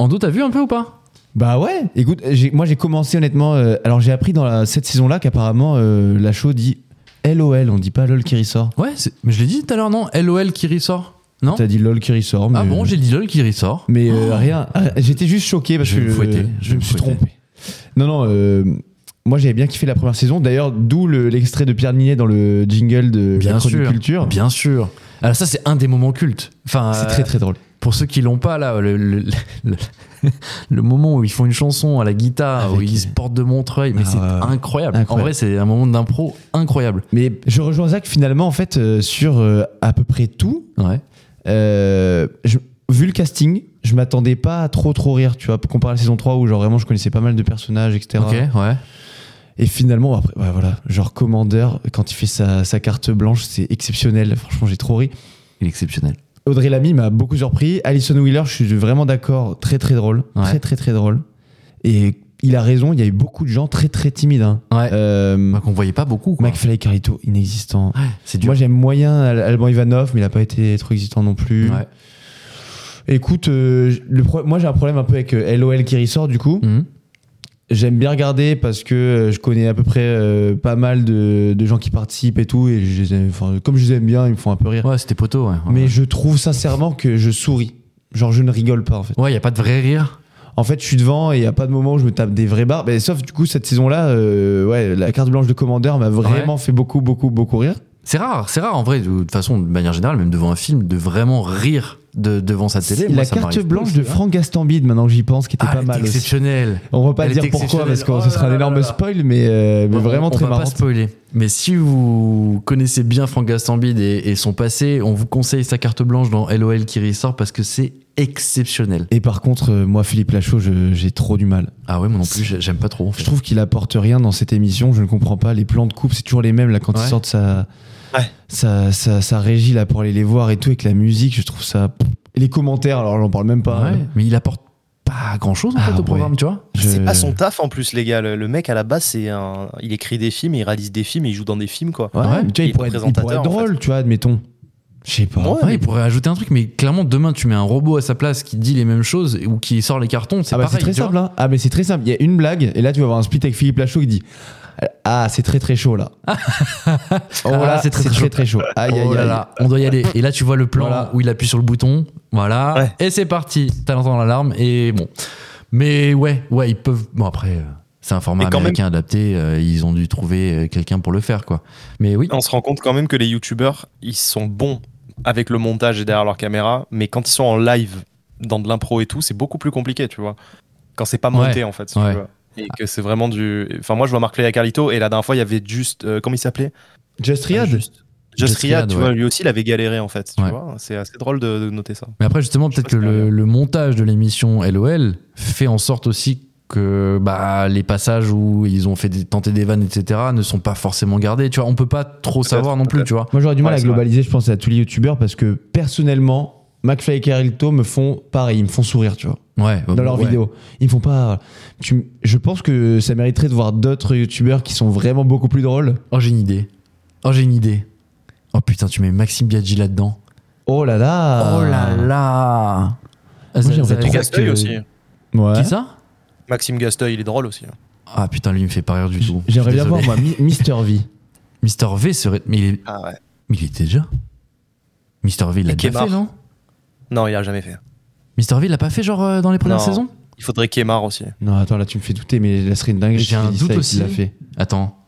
Speaker 2: Ando, t'as vu un peu ou pas
Speaker 3: Bah ouais, écoute, j'ai- moi j'ai commencé honnêtement. euh, alors j'ai appris dans la- cette saison-là qu'apparemment euh, la show dit LOL, on dit pas LOL qui ressort.
Speaker 2: Ouais, c'est- mais je l'ai dit tout à l'heure, non LOL qui ressort Non
Speaker 3: T'as dit LOL qui ressort. Mais,
Speaker 2: Ah bon, j'ai dit LOL qui ressort.
Speaker 3: Mais euh, rien, ah, j'étais juste choqué parce
Speaker 2: Je vais
Speaker 3: que euh,
Speaker 2: me fouetter, je
Speaker 3: je
Speaker 2: vais
Speaker 3: me
Speaker 2: me
Speaker 3: suis
Speaker 2: fouetter.
Speaker 3: trompé. Non, non, euh, moi j'avais bien kiffé la première saison. D'ailleurs, d'où le- l'extrait de Pierre Ninet dans le jingle de la
Speaker 2: Bien
Speaker 3: Chronique
Speaker 2: sûr.
Speaker 3: Culture.
Speaker 2: Bien sûr. Alors ça, c'est un des moments cultes. Enfin,
Speaker 3: C'est
Speaker 2: euh,
Speaker 3: très très drôle.
Speaker 2: Pour ceux qui l'ont pas là, le, le- le- le moment où ils font une chanson à la guitare, où
Speaker 3: Avec-
Speaker 2: ils se portent de Montreuil, mais
Speaker 3: Ah
Speaker 2: c'est
Speaker 3: ouais.
Speaker 2: incroyable. En
Speaker 3: Incroyable.
Speaker 2: vrai, c'est un moment d'impro incroyable.
Speaker 3: Mais je rejoins Zach finalement en fait euh, sur euh, à peu près tout.
Speaker 2: Ouais.
Speaker 3: Euh, je- vu le casting, je m'attendais pas à trop trop rire, tu vois, comparé à la saison 3 où genre vraiment je connaissais pas mal de personnages, etc.
Speaker 2: Ok, ouais.
Speaker 3: Et finalement, après, bah, voilà, genre Commander, quand il fait sa, sa carte blanche, c'est exceptionnel, franchement j'ai trop ri.
Speaker 2: Il est exceptionnel.
Speaker 3: Audrey Lamy m'a beaucoup surpris, Alison Wheeler, je suis vraiment d'accord, très très drôle,
Speaker 2: Ouais.
Speaker 3: très très très drôle. Et il a raison, il y a eu beaucoup de gens très très timides. Hein.
Speaker 2: Ouais.
Speaker 3: Euh,
Speaker 2: Bah, qu'on voyait pas beaucoup. quoi.
Speaker 3: McFly et Carlito, inexistant.
Speaker 2: c'est dur.
Speaker 3: Moi j'aime moyen Al- Alban Ivanov, mais il a pas été trop existant non plus.
Speaker 2: Ouais.
Speaker 3: Écoute, euh, le pro- moi j'ai un problème un peu avec euh, LOL qui ressort du coup.
Speaker 2: Mhm.
Speaker 3: J'aime bien regarder parce que euh, je connais à peu près euh, pas mal de, de gens qui participent et tout. Et je les aime- enfin, comme je les aime bien, ils me font un peu rire.
Speaker 2: Ouais, c'était poteau, ouais.
Speaker 3: Mais
Speaker 2: Ouais.
Speaker 3: je trouve sincèrement que je souris. Genre je ne rigole pas en fait.
Speaker 2: Ouais, y a pas de vrai rire.
Speaker 3: En fait, je suis devant et il n'y a pas de moment où je me tape des vrais barres. Mais sauf du coup, cette saison-là, euh, ouais, la carte blanche de commandeur m'a vraiment fait beaucoup, beaucoup, beaucoup rire.
Speaker 2: C'est rare, c'est rare en vrai, de toute façon, de manière générale, même devant un film, de vraiment rire de, devant sa télé. moi,
Speaker 3: la
Speaker 2: ça
Speaker 3: carte
Speaker 2: m'arrive
Speaker 3: blanche
Speaker 2: plus,
Speaker 3: de
Speaker 2: tu vois.
Speaker 3: Franck Gastambide, maintenant que j'y pense, qui était
Speaker 2: Ah,
Speaker 3: pas
Speaker 2: elle
Speaker 3: mal.
Speaker 2: était
Speaker 3: aussi.
Speaker 2: exceptionnelle.
Speaker 3: On va pas
Speaker 2: Elle
Speaker 3: dire
Speaker 2: était
Speaker 3: pourquoi, parce que
Speaker 2: exceptionnelle.
Speaker 3: ce
Speaker 2: Oh
Speaker 3: sera un
Speaker 2: là là
Speaker 3: énorme
Speaker 2: là là.
Speaker 3: spoil, mais, euh, mais
Speaker 2: On-
Speaker 3: vraiment
Speaker 2: on
Speaker 3: très
Speaker 2: va
Speaker 3: marrant.
Speaker 2: pas spoiler. Mais si vous connaissez bien Franck Gastambide et, et son passé, on vous conseille sa carte blanche dans LOL qui ressort parce que c'est exceptionnel.
Speaker 3: Et par contre, euh, moi, Philippe Lachaud, je- j'ai trop du mal.
Speaker 2: Ah ouais, moi non plus, j'ai- j'aime pas trop. en fait.
Speaker 3: Je trouve qu'il apporte rien dans cette émission. Je ne comprends pas. Les plans de coupe, c'est toujours les mêmes là quand
Speaker 2: Ouais.
Speaker 3: ils sortent sa,
Speaker 4: Ouais.
Speaker 3: sa, sa- sa régie là pour aller les voir et tout avec la musique. Je trouve ça. Et les commentaires, alors j'en parle même pas.
Speaker 2: Ouais, mais il apporte pas grand chose en
Speaker 3: Ah
Speaker 2: fait au
Speaker 3: ouais.
Speaker 2: programme, tu vois.
Speaker 3: Je-
Speaker 4: C'est pas son taf en plus, les gars. Le, le mec à la base, c'est un. Il écrit des films, il réalise des films, il joue dans des films, quoi.
Speaker 3: Ouais, mais tu vois, il,
Speaker 4: Il est
Speaker 3: pourrait être, il pourrait être
Speaker 4: présentateur, en
Speaker 3: drôle, tu vois, admettons. Je sais pas.
Speaker 2: Ouais, il pourrait ajouter un truc, mais clairement, demain, tu mets un robot à sa place qui dit les mêmes choses ou qui sort les cartons, c'est
Speaker 3: Ah bah c'est
Speaker 2: pareil.
Speaker 3: très
Speaker 2: tu vois.
Speaker 3: simple. hein. Ah mais c'est très simple. Il y a une blague et là tu vas avoir un split avec Philippe Lachaud qui dit. Ah, c'est très très chaud là. oh
Speaker 2: Ah,
Speaker 3: là,
Speaker 2: c'est très, très chaud.
Speaker 3: chaud. Aïe aïe
Speaker 2: Oh là
Speaker 3: aïe.
Speaker 2: là, on doit y aller. Et là, tu vois le plan
Speaker 3: Voilà.
Speaker 2: où il appuie sur le bouton. Voilà.
Speaker 4: Ouais.
Speaker 2: Et c'est parti. T'as l'entendre l'alarme. Et bon. Mais ouais, ouais, ils peuvent. Bon, après, euh, c'est un format
Speaker 4: Et quand
Speaker 2: américain adapté. euh, Ils ont dû trouver euh, quelqu'un pour le faire, quoi. Mais oui.
Speaker 4: On se rend compte quand même que les youtubeurs, ils sont bons avec le montage et derrière leur caméra, mais quand ils sont en live, dans de l'impro et tout, c'est beaucoup plus compliqué, tu vois. Quand c'est pas monté,
Speaker 2: Ouais,
Speaker 4: en fait. si tu
Speaker 2: ouais.
Speaker 4: veux. Et que c'est vraiment du. Enfin, moi, je vois Marc Léa Carlito, et la dernière fois, il y avait juste. euh, comment il s'appelait
Speaker 2: Ah,
Speaker 3: Just Riad.
Speaker 4: Just,
Speaker 2: Just
Speaker 4: Riyad,
Speaker 2: Riyad,
Speaker 4: tu
Speaker 2: ouais.
Speaker 4: vois, lui aussi, il avait galéré, en fait. Tu
Speaker 2: Ouais.
Speaker 4: vois, c'est assez drôle de, de noter ça.
Speaker 2: Mais après, justement,
Speaker 4: Je sais
Speaker 2: peut-être que
Speaker 4: pas si t'as
Speaker 2: le, le montage de l'émission LOL fait en sorte aussi que bah, les passages où ils ont fait des, tenté des vannes, etc., ne sont pas forcément gardés. Tu vois, on peut pas trop
Speaker 4: Peut-être,
Speaker 2: savoir non plus,
Speaker 4: peut-être.
Speaker 2: tu vois.
Speaker 3: Moi, j'aurais du mal
Speaker 4: Ouais,
Speaker 3: à
Speaker 4: c'est vrai.
Speaker 3: globaliser, je pense, à tous les youtubeurs parce que personnellement, McFly et Carlito me font pareil, ils me font sourire, tu vois,
Speaker 2: Ouais.
Speaker 3: dans leurs
Speaker 2: ouais.
Speaker 3: vidéos. Ils me font pas. tu m- je pense que ça mériterait de voir d'autres youtubeurs qui sont vraiment beaucoup plus drôles.
Speaker 2: Oh, j'ai une idée. Oh, j'ai une idée. Oh putain, tu mets Maxime Biaggi là-dedans. Ah,
Speaker 3: Oh là là
Speaker 2: Oh là là
Speaker 3: Moi, j'aimerais trop
Speaker 4: Gasteuil aussi.
Speaker 3: Ouais.
Speaker 2: Qui ça
Speaker 4: Maxime Gasteuil, il est drôle aussi. hein.
Speaker 2: Ah putain, lui, il me fait pas rire du tout.
Speaker 3: J'aimerais
Speaker 2: Je suis
Speaker 3: bien voir,
Speaker 2: désolé.
Speaker 3: moi, Mi- Mister V.
Speaker 2: Mister V serait. Mais il, est-
Speaker 4: Ah ouais.
Speaker 2: mais il était déjà. Mister V, il l'a
Speaker 4: Et
Speaker 2: déjà
Speaker 4: Kemar.
Speaker 2: fait, non
Speaker 4: Non, il a jamais fait.
Speaker 2: Mister V, il l'a pas fait, genre, euh, dans les premières
Speaker 4: Non.
Speaker 2: saisons
Speaker 4: Il faudrait Kemar aussi.
Speaker 3: Non, attends, là, tu me fais douter, mais la serait une dingue.
Speaker 2: J'ai un doute aussi.
Speaker 3: L'a fait.
Speaker 2: Attends.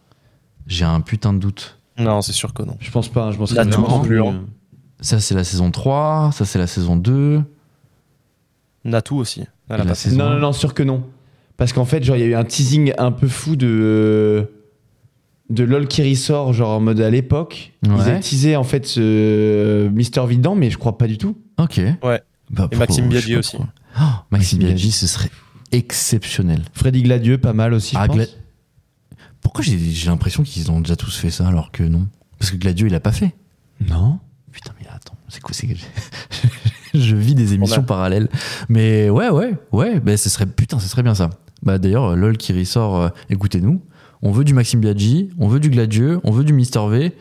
Speaker 2: J'ai un putain de doute.
Speaker 4: Non, c'est sûr que non.
Speaker 3: Je pense pas, hein, je pense
Speaker 4: Là,
Speaker 2: non
Speaker 4: plus, hein.
Speaker 2: Ça, c'est la saison 3. Ça, c'est la saison 2.
Speaker 4: Natou aussi. Elle a
Speaker 2: et la
Speaker 4: pas fait.
Speaker 2: saison
Speaker 3: Non, non, non, sûr que non. Parce qu'en fait, genre, il y a eu un teasing un peu fou de. de LOL qui ressort, genre en mode à l'époque. Ils
Speaker 2: Ouais.
Speaker 3: avaient teasé en fait ce Mister Vidan, mais je crois pas du tout.
Speaker 2: Ok.
Speaker 4: Ouais.
Speaker 2: Bah,
Speaker 4: Et Maxime
Speaker 2: pourquoi- je
Speaker 4: Biaggi
Speaker 2: sais pas
Speaker 4: aussi.
Speaker 2: pourquoi. Oh, Maxime,
Speaker 3: Maxime
Speaker 2: Biaggi,
Speaker 3: Biaggi.
Speaker 2: ce serait exceptionnel.
Speaker 3: Freddy Gladieux, pas mal aussi.
Speaker 2: Ah,
Speaker 3: je pense.
Speaker 2: Gla- Pourquoi j'ai j'ai l'impression qu'ils ont déjà tous fait ça alors que non Parce que Gladio, il a pas fait.
Speaker 3: Non.
Speaker 2: Putain, mais attends, c'est quoi c'est que je- Je vis des émissions parallèles. Mais ouais, ouais, ouais, bah, ce serait, putain, ce serait bien ça. Bah, D'ailleurs, euh, LOL qui ressort, euh, écoutez-nous. On veut du Maxime Biaggi, on veut du Gladieux, on veut du Mister V,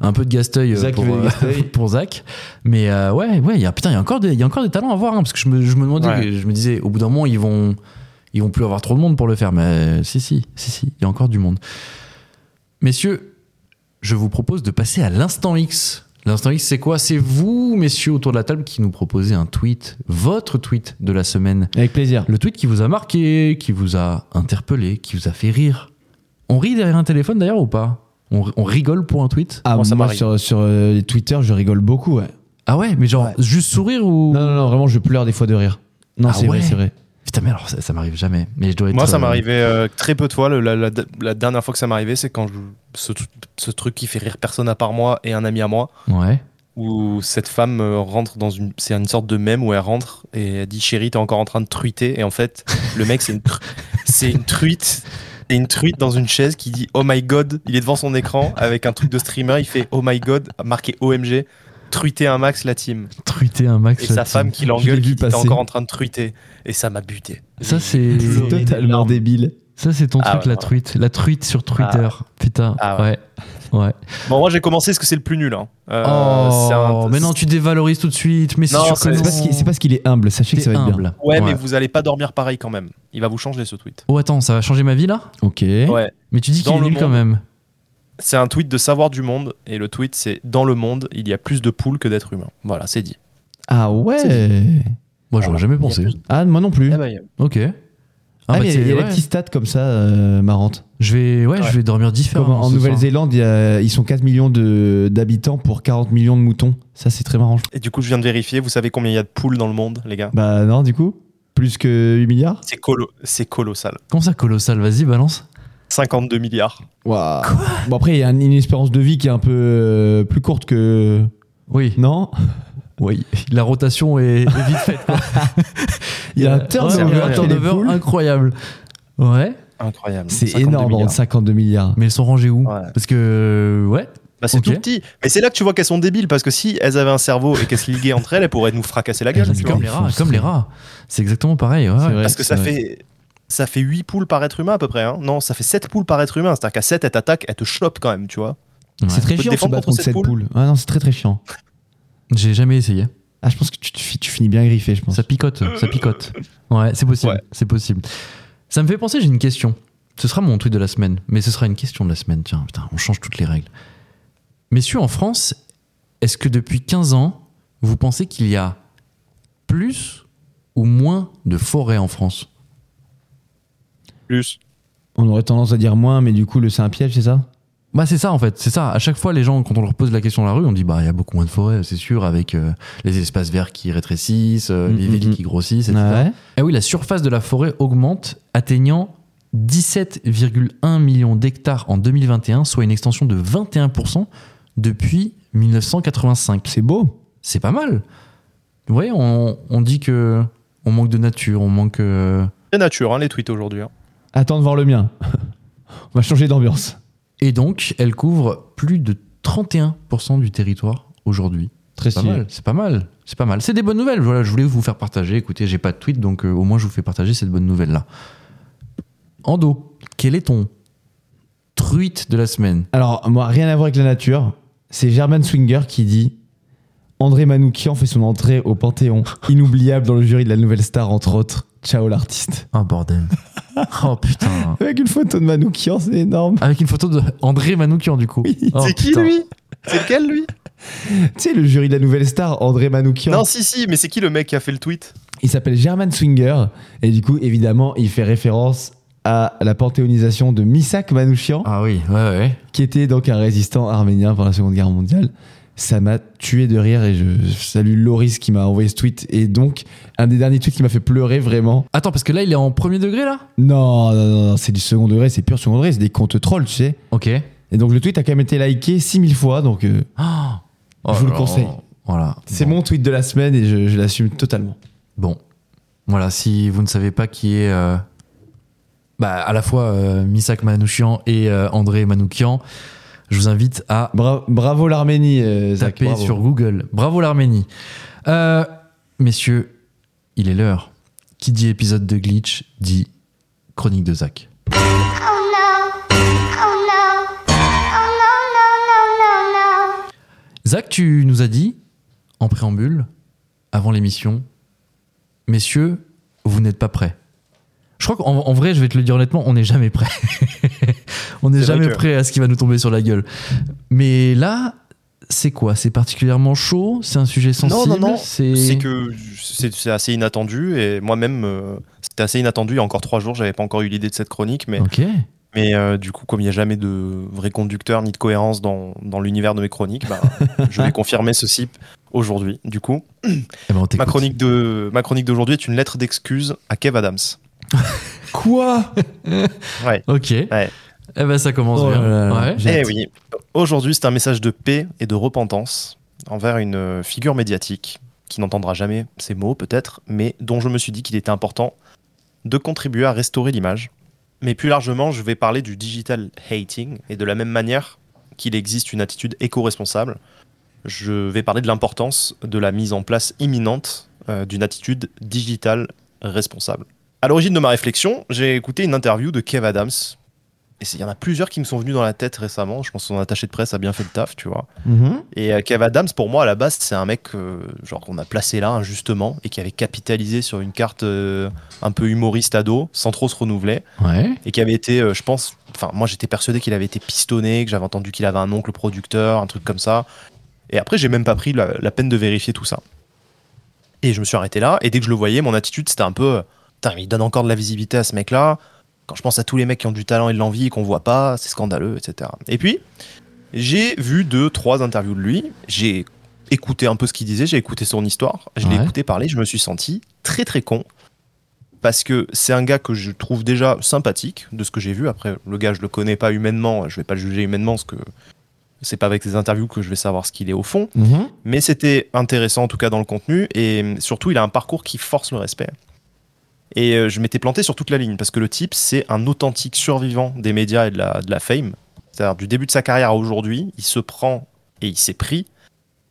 Speaker 2: un peu de Gasteuil euh,
Speaker 3: Zach
Speaker 2: pour,
Speaker 3: veut du
Speaker 2: euh,
Speaker 3: Gasteuil.
Speaker 2: pour Zach. Mais euh, ouais, ouais, il y a, putain, il y, a encore des- il y a encore des talents à voir. hein, parce que je me, je me demandais,
Speaker 4: Ouais.
Speaker 2: je me disais, au bout d'un moment, ils vont, ils vont plus avoir trop de monde pour le faire. Mais euh, si, si, si, si, il y a encore du monde. Messieurs, je vous propose de passer à l'instant X. L'instant X, c'est quoi C'est vous, messieurs, autour de la table, qui nous proposez un tweet, votre tweet de la semaine.
Speaker 3: Avec plaisir.
Speaker 2: Le tweet qui vous a marqué, qui vous a interpellé, qui vous a fait rire. On rit derrière un téléphone d'ailleurs ou pas on, on rigole pour un tweet
Speaker 3: Ah,
Speaker 4: Moi, ça
Speaker 3: moi,
Speaker 4: m'arrive.
Speaker 3: sur, sur euh, Twitter, je rigole beaucoup. ouais.
Speaker 2: Ah ouais, mais genre juste sourire ou.
Speaker 3: Non, non, non, vraiment, je pleure des fois de rire. Non,
Speaker 2: Ah
Speaker 3: c'est vrai,
Speaker 2: ouais.
Speaker 3: c'est vrai.
Speaker 2: Putain, mais alors ça, ça m'arrive jamais. Mais je dois être.
Speaker 4: Moi, ça
Speaker 2: euh,
Speaker 4: m'arrivait euh, très peu de fois. Le- la, la- la dernière fois que ça m'arrivait, c'est quand je, ce, tru- ce truc qui fait rire personne à part moi et un ami à moi,
Speaker 2: Ouais.
Speaker 4: où cette femme euh, rentre dans une. C'est une sorte de mème où elle rentre et elle dit Chérie, t'es encore en train de truiter. Et en fait, le mec, c'est une, tru- c'est une truite. Et une truite dans une chaise qui dit Oh my god, il est devant son écran avec un truc de streamer, il fait Oh my god, marqué OMG, truiter un max la team.
Speaker 2: Truiter un max.
Speaker 4: Et sa
Speaker 2: là-dessus.
Speaker 4: femme
Speaker 3: Je
Speaker 4: qui
Speaker 3: l'ai
Speaker 4: l'engueule,
Speaker 3: vu
Speaker 4: qui dit T'es
Speaker 3: passer.
Speaker 4: encore en train de truiter. Et ça m'a buté.
Speaker 2: Ça, c'est.
Speaker 3: C'est totalement débile.
Speaker 2: Ça, c'est ton
Speaker 4: Ah
Speaker 2: truc,
Speaker 4: ouais,
Speaker 2: la
Speaker 4: ouais.
Speaker 2: truite. La truite sur Twitter. Putain.
Speaker 4: Ah
Speaker 2: ouais. Ouais.
Speaker 4: Bon, moi j'ai commencé, ce que c'est le plus nul. Hein. Euh, c'est
Speaker 2: oh,
Speaker 4: un-
Speaker 2: mais non, tu dévalorises tout de suite. Mais c'est
Speaker 4: Non,
Speaker 2: sûr
Speaker 4: c'est-
Speaker 2: que
Speaker 3: C'est
Speaker 2: non.
Speaker 3: parce qu'il- c'est parce qu'il est humble, sachez que
Speaker 2: T'es
Speaker 3: ça va être bien.
Speaker 2: humble.
Speaker 4: Ouais, mais vous allez pas dormir pareil quand même. Il va vous changer ce tweet.
Speaker 2: Oh, attends, ça va changer ma vie là
Speaker 3: Ok.
Speaker 2: Eh
Speaker 4: Ouais.
Speaker 2: Mais tu dis qu'il
Speaker 4: Dans
Speaker 2: est
Speaker 4: le
Speaker 2: nul quand
Speaker 4: monde.
Speaker 2: même.
Speaker 4: C'est un tweet de Savoir du Monde et le tweet c'est Dans le monde, il y a plus de poules que d'êtres humains. Voilà, c'est dit.
Speaker 3: Ah ouais
Speaker 2: Moi, j'aurais jamais pensé.
Speaker 4: bah
Speaker 3: Ah, moi non plus.
Speaker 4: Eh ben,
Speaker 2: Ok. bah,
Speaker 3: Ah, mais il y a- il y a
Speaker 2: ouais.
Speaker 3: des petits stats comme ça euh, marrantes.
Speaker 2: Je vais, ouais,
Speaker 4: Ouais.
Speaker 2: je vais dormir
Speaker 3: Comme
Speaker 2: différemment.
Speaker 3: en en
Speaker 2: ce soir.
Speaker 3: Nouvelle-Zélande, il y a- ils sont 4 millions de- d'habitants pour 40 millions de moutons. Ça, c'est très marrant. je-
Speaker 4: Et du coup, je viens de vérifier, vous savez combien il y a de poules dans le monde, les gars
Speaker 3: Bah non, du coup, plus que 8 milliards
Speaker 4: C'est colo- c'est colossal.
Speaker 2: Comment ça, colossal Vas-y, balance.
Speaker 4: 52 milliards.
Speaker 3: Waouh. Bon, après, il y a une, une espérance de vie qui est un peu euh, plus courte que.
Speaker 2: Oui,
Speaker 3: Non Oui.
Speaker 2: la rotation est, est vite faite. quoi.
Speaker 3: Il y a un
Speaker 2: Ouais, il y a un
Speaker 3: turnover. chez les
Speaker 2: turnover
Speaker 3: poules.
Speaker 2: incroyable. Ouais,
Speaker 4: Incroyable.
Speaker 3: C'est
Speaker 4: 52
Speaker 3: énorme,
Speaker 4: milliards.
Speaker 3: 52 milliards.
Speaker 2: mais elles sont rangées où
Speaker 4: Ouais.
Speaker 2: Parce que, ouais,
Speaker 4: Bah, c'est
Speaker 2: Ok.
Speaker 4: tout petit. Mais c'est là que tu vois qu'elles sont débiles parce que si elles avaient un cerveau et qu'elles se liguaient entre elles, elles pourraient nous fracasser la gueule.
Speaker 2: elles-
Speaker 4: tu vois.
Speaker 2: comme les
Speaker 3: ils
Speaker 2: rats,
Speaker 3: font
Speaker 2: comme
Speaker 3: ça.
Speaker 2: les rats. C'est exactement pareil. ouais,
Speaker 3: C'est
Speaker 2: ouais.
Speaker 3: vrai,
Speaker 4: Parce que ça
Speaker 3: c'est vrai.
Speaker 4: fait. Ça fait 8 poules par être humain à peu près. hein. Non, ça fait 7 poules par être humain. C'est-à-dire qu'à 7, elles t'attaquent, elles te chopent quand même, tu vois.
Speaker 3: C'est très
Speaker 4: Faut te
Speaker 3: chiant de se
Speaker 4: défendre
Speaker 3: battre
Speaker 4: contre
Speaker 3: contre
Speaker 4: cette
Speaker 3: cette poule. Ah non, c'est très très chiant.
Speaker 2: J'ai jamais essayé.
Speaker 3: Ah, je pense que tu, te fi- tu finis bien griffé, je pense.
Speaker 2: Ça picote, ça picote. Ouais, c'est possible,
Speaker 4: Ouais.
Speaker 2: c'est possible. Ça me fait penser, j'ai une question. Ce sera mon tweet de la semaine, mais ce sera une question de la semaine. Tiens, putain, on change toutes les règles. Messieurs, en France, est-ce que depuis 15 ans, vous pensez qu'il y a plus ou moins de forêts en France
Speaker 4: Plus.
Speaker 3: On aurait tendance à dire moins, mais du coup, le c'est un piège, c'est ça
Speaker 2: Bah c'est ça en fait, c'est ça. À chaque fois, les gens, quand on leur pose la question dans la rue, on dit bah il y a beaucoup moins de forêts, c'est sûr, avec euh, les espaces verts qui rétrécissent, euh,
Speaker 3: Mm,
Speaker 2: les
Speaker 3: mm,
Speaker 2: villes
Speaker 3: mm.
Speaker 2: qui grossissent, etc. Ah oui, la surface de la forêt augmente, atteignant 17,1 millions d'hectares en 2021, soit une extension de 21% depuis 1985.
Speaker 3: C'est beau.
Speaker 2: C'est pas mal. Vous voyez, on, on dit que on manque de nature, on manque. euh,
Speaker 4: C'est nature, hein, les tweets aujourd'hui. hein.
Speaker 3: Attends de voir le mien. on va changer d'ambiance.
Speaker 2: Et donc, elle couvre plus de 31% du territoire aujourd'hui.
Speaker 3: Très
Speaker 2: C'est pas mal,
Speaker 3: stylé.
Speaker 2: c'est pas mal, c'est pas mal. C'est des bonnes nouvelles. Voilà, je voulais vous faire partager. Écoutez, j'ai pas de tweet, donc euh, au moins je vous fais partager cette bonne nouvelle là. Ando, quel est ton tweet de la semaine
Speaker 3: Alors, moi, rien à voir avec la nature. C'est German Swinger qui dit André Manoukian fait son entrée au Panthéon, inoubliable dans le jury de la nouvelle star, entre autres. Ciao l'artiste.
Speaker 2: Ah bordel. oh putain.
Speaker 3: Avec une photo de Manoukian, c'est énorme.
Speaker 2: Avec une photo de André Manoukian du coup. Oh,
Speaker 4: c'est qui
Speaker 2: putain.
Speaker 4: lui C'est lequel lui
Speaker 3: tu sais, le jury de la nouvelle star, André Manoukian.
Speaker 4: Non, si, si, mais c'est qui le mec qui a fait le tweet
Speaker 3: Il s'appelle German Swinger. Et du coup, évidemment, il fait référence à la panthéonisation de Misak Manoukian,
Speaker 2: Ah oui, ouais ouais.
Speaker 3: qui était donc un résistant arménien pendant la Seconde Guerre mondiale. Ça m'a tué de rire et je je salue Loris qui m'a envoyé ce tweet. Et donc, un des derniers tweets qui m'a fait pleurer vraiment.
Speaker 2: Attends, parce que là il est en premier degré là
Speaker 3: Non, non, non, non, c'est du second degré, c'est pur second degré, c'est des comptes trolls, tu sais.
Speaker 2: Ok.
Speaker 3: Et donc, le tweet a quand même été liké 6000 fois, donc euh,
Speaker 2: Ah.
Speaker 3: Je vous le
Speaker 2: là là.
Speaker 3: conseille.
Speaker 2: Voilà.
Speaker 3: c'est
Speaker 2: Bon.
Speaker 3: mon tweet de la semaine et je, je l'assume totalement.
Speaker 2: Bon, voilà, si vous ne savez pas qui est euh, bah, à la fois euh, Misak Manouchian et euh, André Manoukian, je vous invite à
Speaker 3: Bra- bravo l'Arménie, euh, Zach.
Speaker 2: taper
Speaker 3: bravo.
Speaker 2: sur Google. Bravo l'Arménie. Euh, messieurs, il est l'heure. Qui dit épisode de Glitch dit chronique de Zach. Zach, tu nous as dit en préambule, avant l'émission, messieurs, vous n'êtes pas prêts. Je crois qu'en en vrai, je vais te le dire honnêtement, on n'est jamais prêt. on n'est
Speaker 4: C'est vrai
Speaker 2: jamais
Speaker 4: que-
Speaker 2: prêt à ce qui va nous tomber sur la gueule. Mais là, c'est quoi C'est particulièrement chaud C'est un sujet sensible
Speaker 4: non, non.
Speaker 2: C'est
Speaker 4: C'est que c'est c'est assez inattendu et moi-même, euh, c'était assez inattendu. Il y a encore trois jours, j'avais pas encore eu l'idée de cette chronique, mais,
Speaker 2: Ok. Eh
Speaker 4: mais euh, du coup, comme il n'y a jamais de vrai conducteur ni de cohérence dans, dans l'univers de mes chroniques, bah, je vais confirmer ceci aujourd'hui. Du coup,
Speaker 2: Eh ben, on
Speaker 4: ma
Speaker 2: t'écoute.
Speaker 4: chronique de ma chronique d'aujourd'hui est une lettre d'excuse à Kev Adams.
Speaker 3: Quoi
Speaker 2: Ok. Eh ben, ça commence
Speaker 3: Oh
Speaker 2: bien.
Speaker 3: là là.
Speaker 2: Ouais.
Speaker 3: J'ai
Speaker 4: Eh
Speaker 3: hâte.
Speaker 4: oui. Aujourd'hui, c'est un message de paix et de repentance envers une euh, figure médiatique qui n'entendra jamais ces mots, peut-être, mais dont je me suis dit qu'il était important de contribuer à restaurer l'image. Mais plus largement, je vais parler du digital hating et de la même manière qu'il existe une attitude éco-responsable, je vais parler de l'importance de la mise en place imminente euh, d'une attitude digitale responsable. À l'origine de ma réflexion, j'ai écouté une interview de Kev Adams. Et c'est- il y en a plusieurs qui me sont venus dans la tête récemment. Je pense que son attaché de presse a bien fait le taf, tu vois.
Speaker 3: Mhm.
Speaker 4: Et euh, Kev Adams, pour moi, à la base, c'est un mec euh, genre qu'on a placé là injustement et qui avait capitalisé sur une carte euh, un peu humoriste ado, sans trop se renouveler
Speaker 2: Ouais.
Speaker 4: et qui avait été, euh, je pense, enfin, moi j'étais persuadé qu'il avait été pistonné, que j'avais entendu qu'il avait un oncle producteur, un truc comme ça. Et après, j'ai même pas pris la, la peine de vérifier tout ça. Et je me suis arrêté là, et dès que je le voyais, mon attitude c'était un peu euh, putain, mais il donne encore de la visibilité à ce mec-là. Quand je pense à tous les mecs qui ont du talent et de l'envie et qu'on voit pas, c'est scandaleux, etc. Et puis, j'ai vu deux, trois interviews de lui. J'ai écouté un peu ce qu'il disait, j'ai écouté son histoire, je l'ai
Speaker 2: Ouais.
Speaker 4: écouté parler, je me suis senti très très con. Parce que c'est un gars que je trouve déjà sympathique de ce que j'ai vu. Après, le gars, je le connais pas humainement, je vais pas le juger humainement parce que c'est pas avec ses interviews que je vais savoir ce qu'il est au fond.
Speaker 3: Mhm.
Speaker 4: Mais c'était intéressant en tout cas dans le contenu et euh, surtout il a un parcours qui force le respect. Et euh, je m'étais planté sur toute la ligne parce que le type c'est un authentique survivant des médias et de la, de la fame. C'est-à-dire du début de sa carrière à aujourd'hui, il se prend et il s'est pris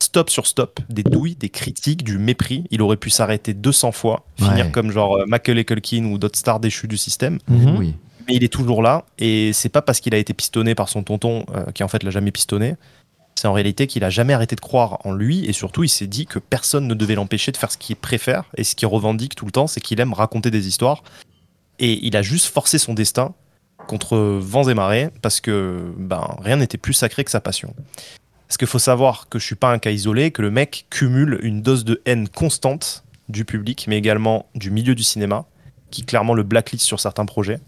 Speaker 4: stop sur stop des douilles, des critiques, du mépris. Il aurait pu s'arrêter 200 fois, finir
Speaker 2: Ouais.
Speaker 4: comme genre euh, Macaulay Culkin ou d'autres stars déchues du système
Speaker 2: Mhm.
Speaker 3: Mhm.
Speaker 2: Oui.
Speaker 4: mais il est toujours là. Et c'est pas parce qu'il a été pistonné par son tonton, euh, qui en fait l'a jamais pistonné. C'est en réalité qu'il a jamais arrêté de croire en lui. Et surtout, il s'est dit que personne ne devait l'empêcher de faire ce qu'il préfère. Et ce qu'il revendique tout le temps, c'est qu'il aime raconter des histoires. Et il a juste forcé son destin contre vents et marées parce que ben, rien n'était plus sacré que sa passion. Parce qu'il faut savoir que je suis pas un cas isolé, que le mec cumule une dose de haine constante du public, mais également du milieu du cinéma, qui clairement le blacklist sur certains projets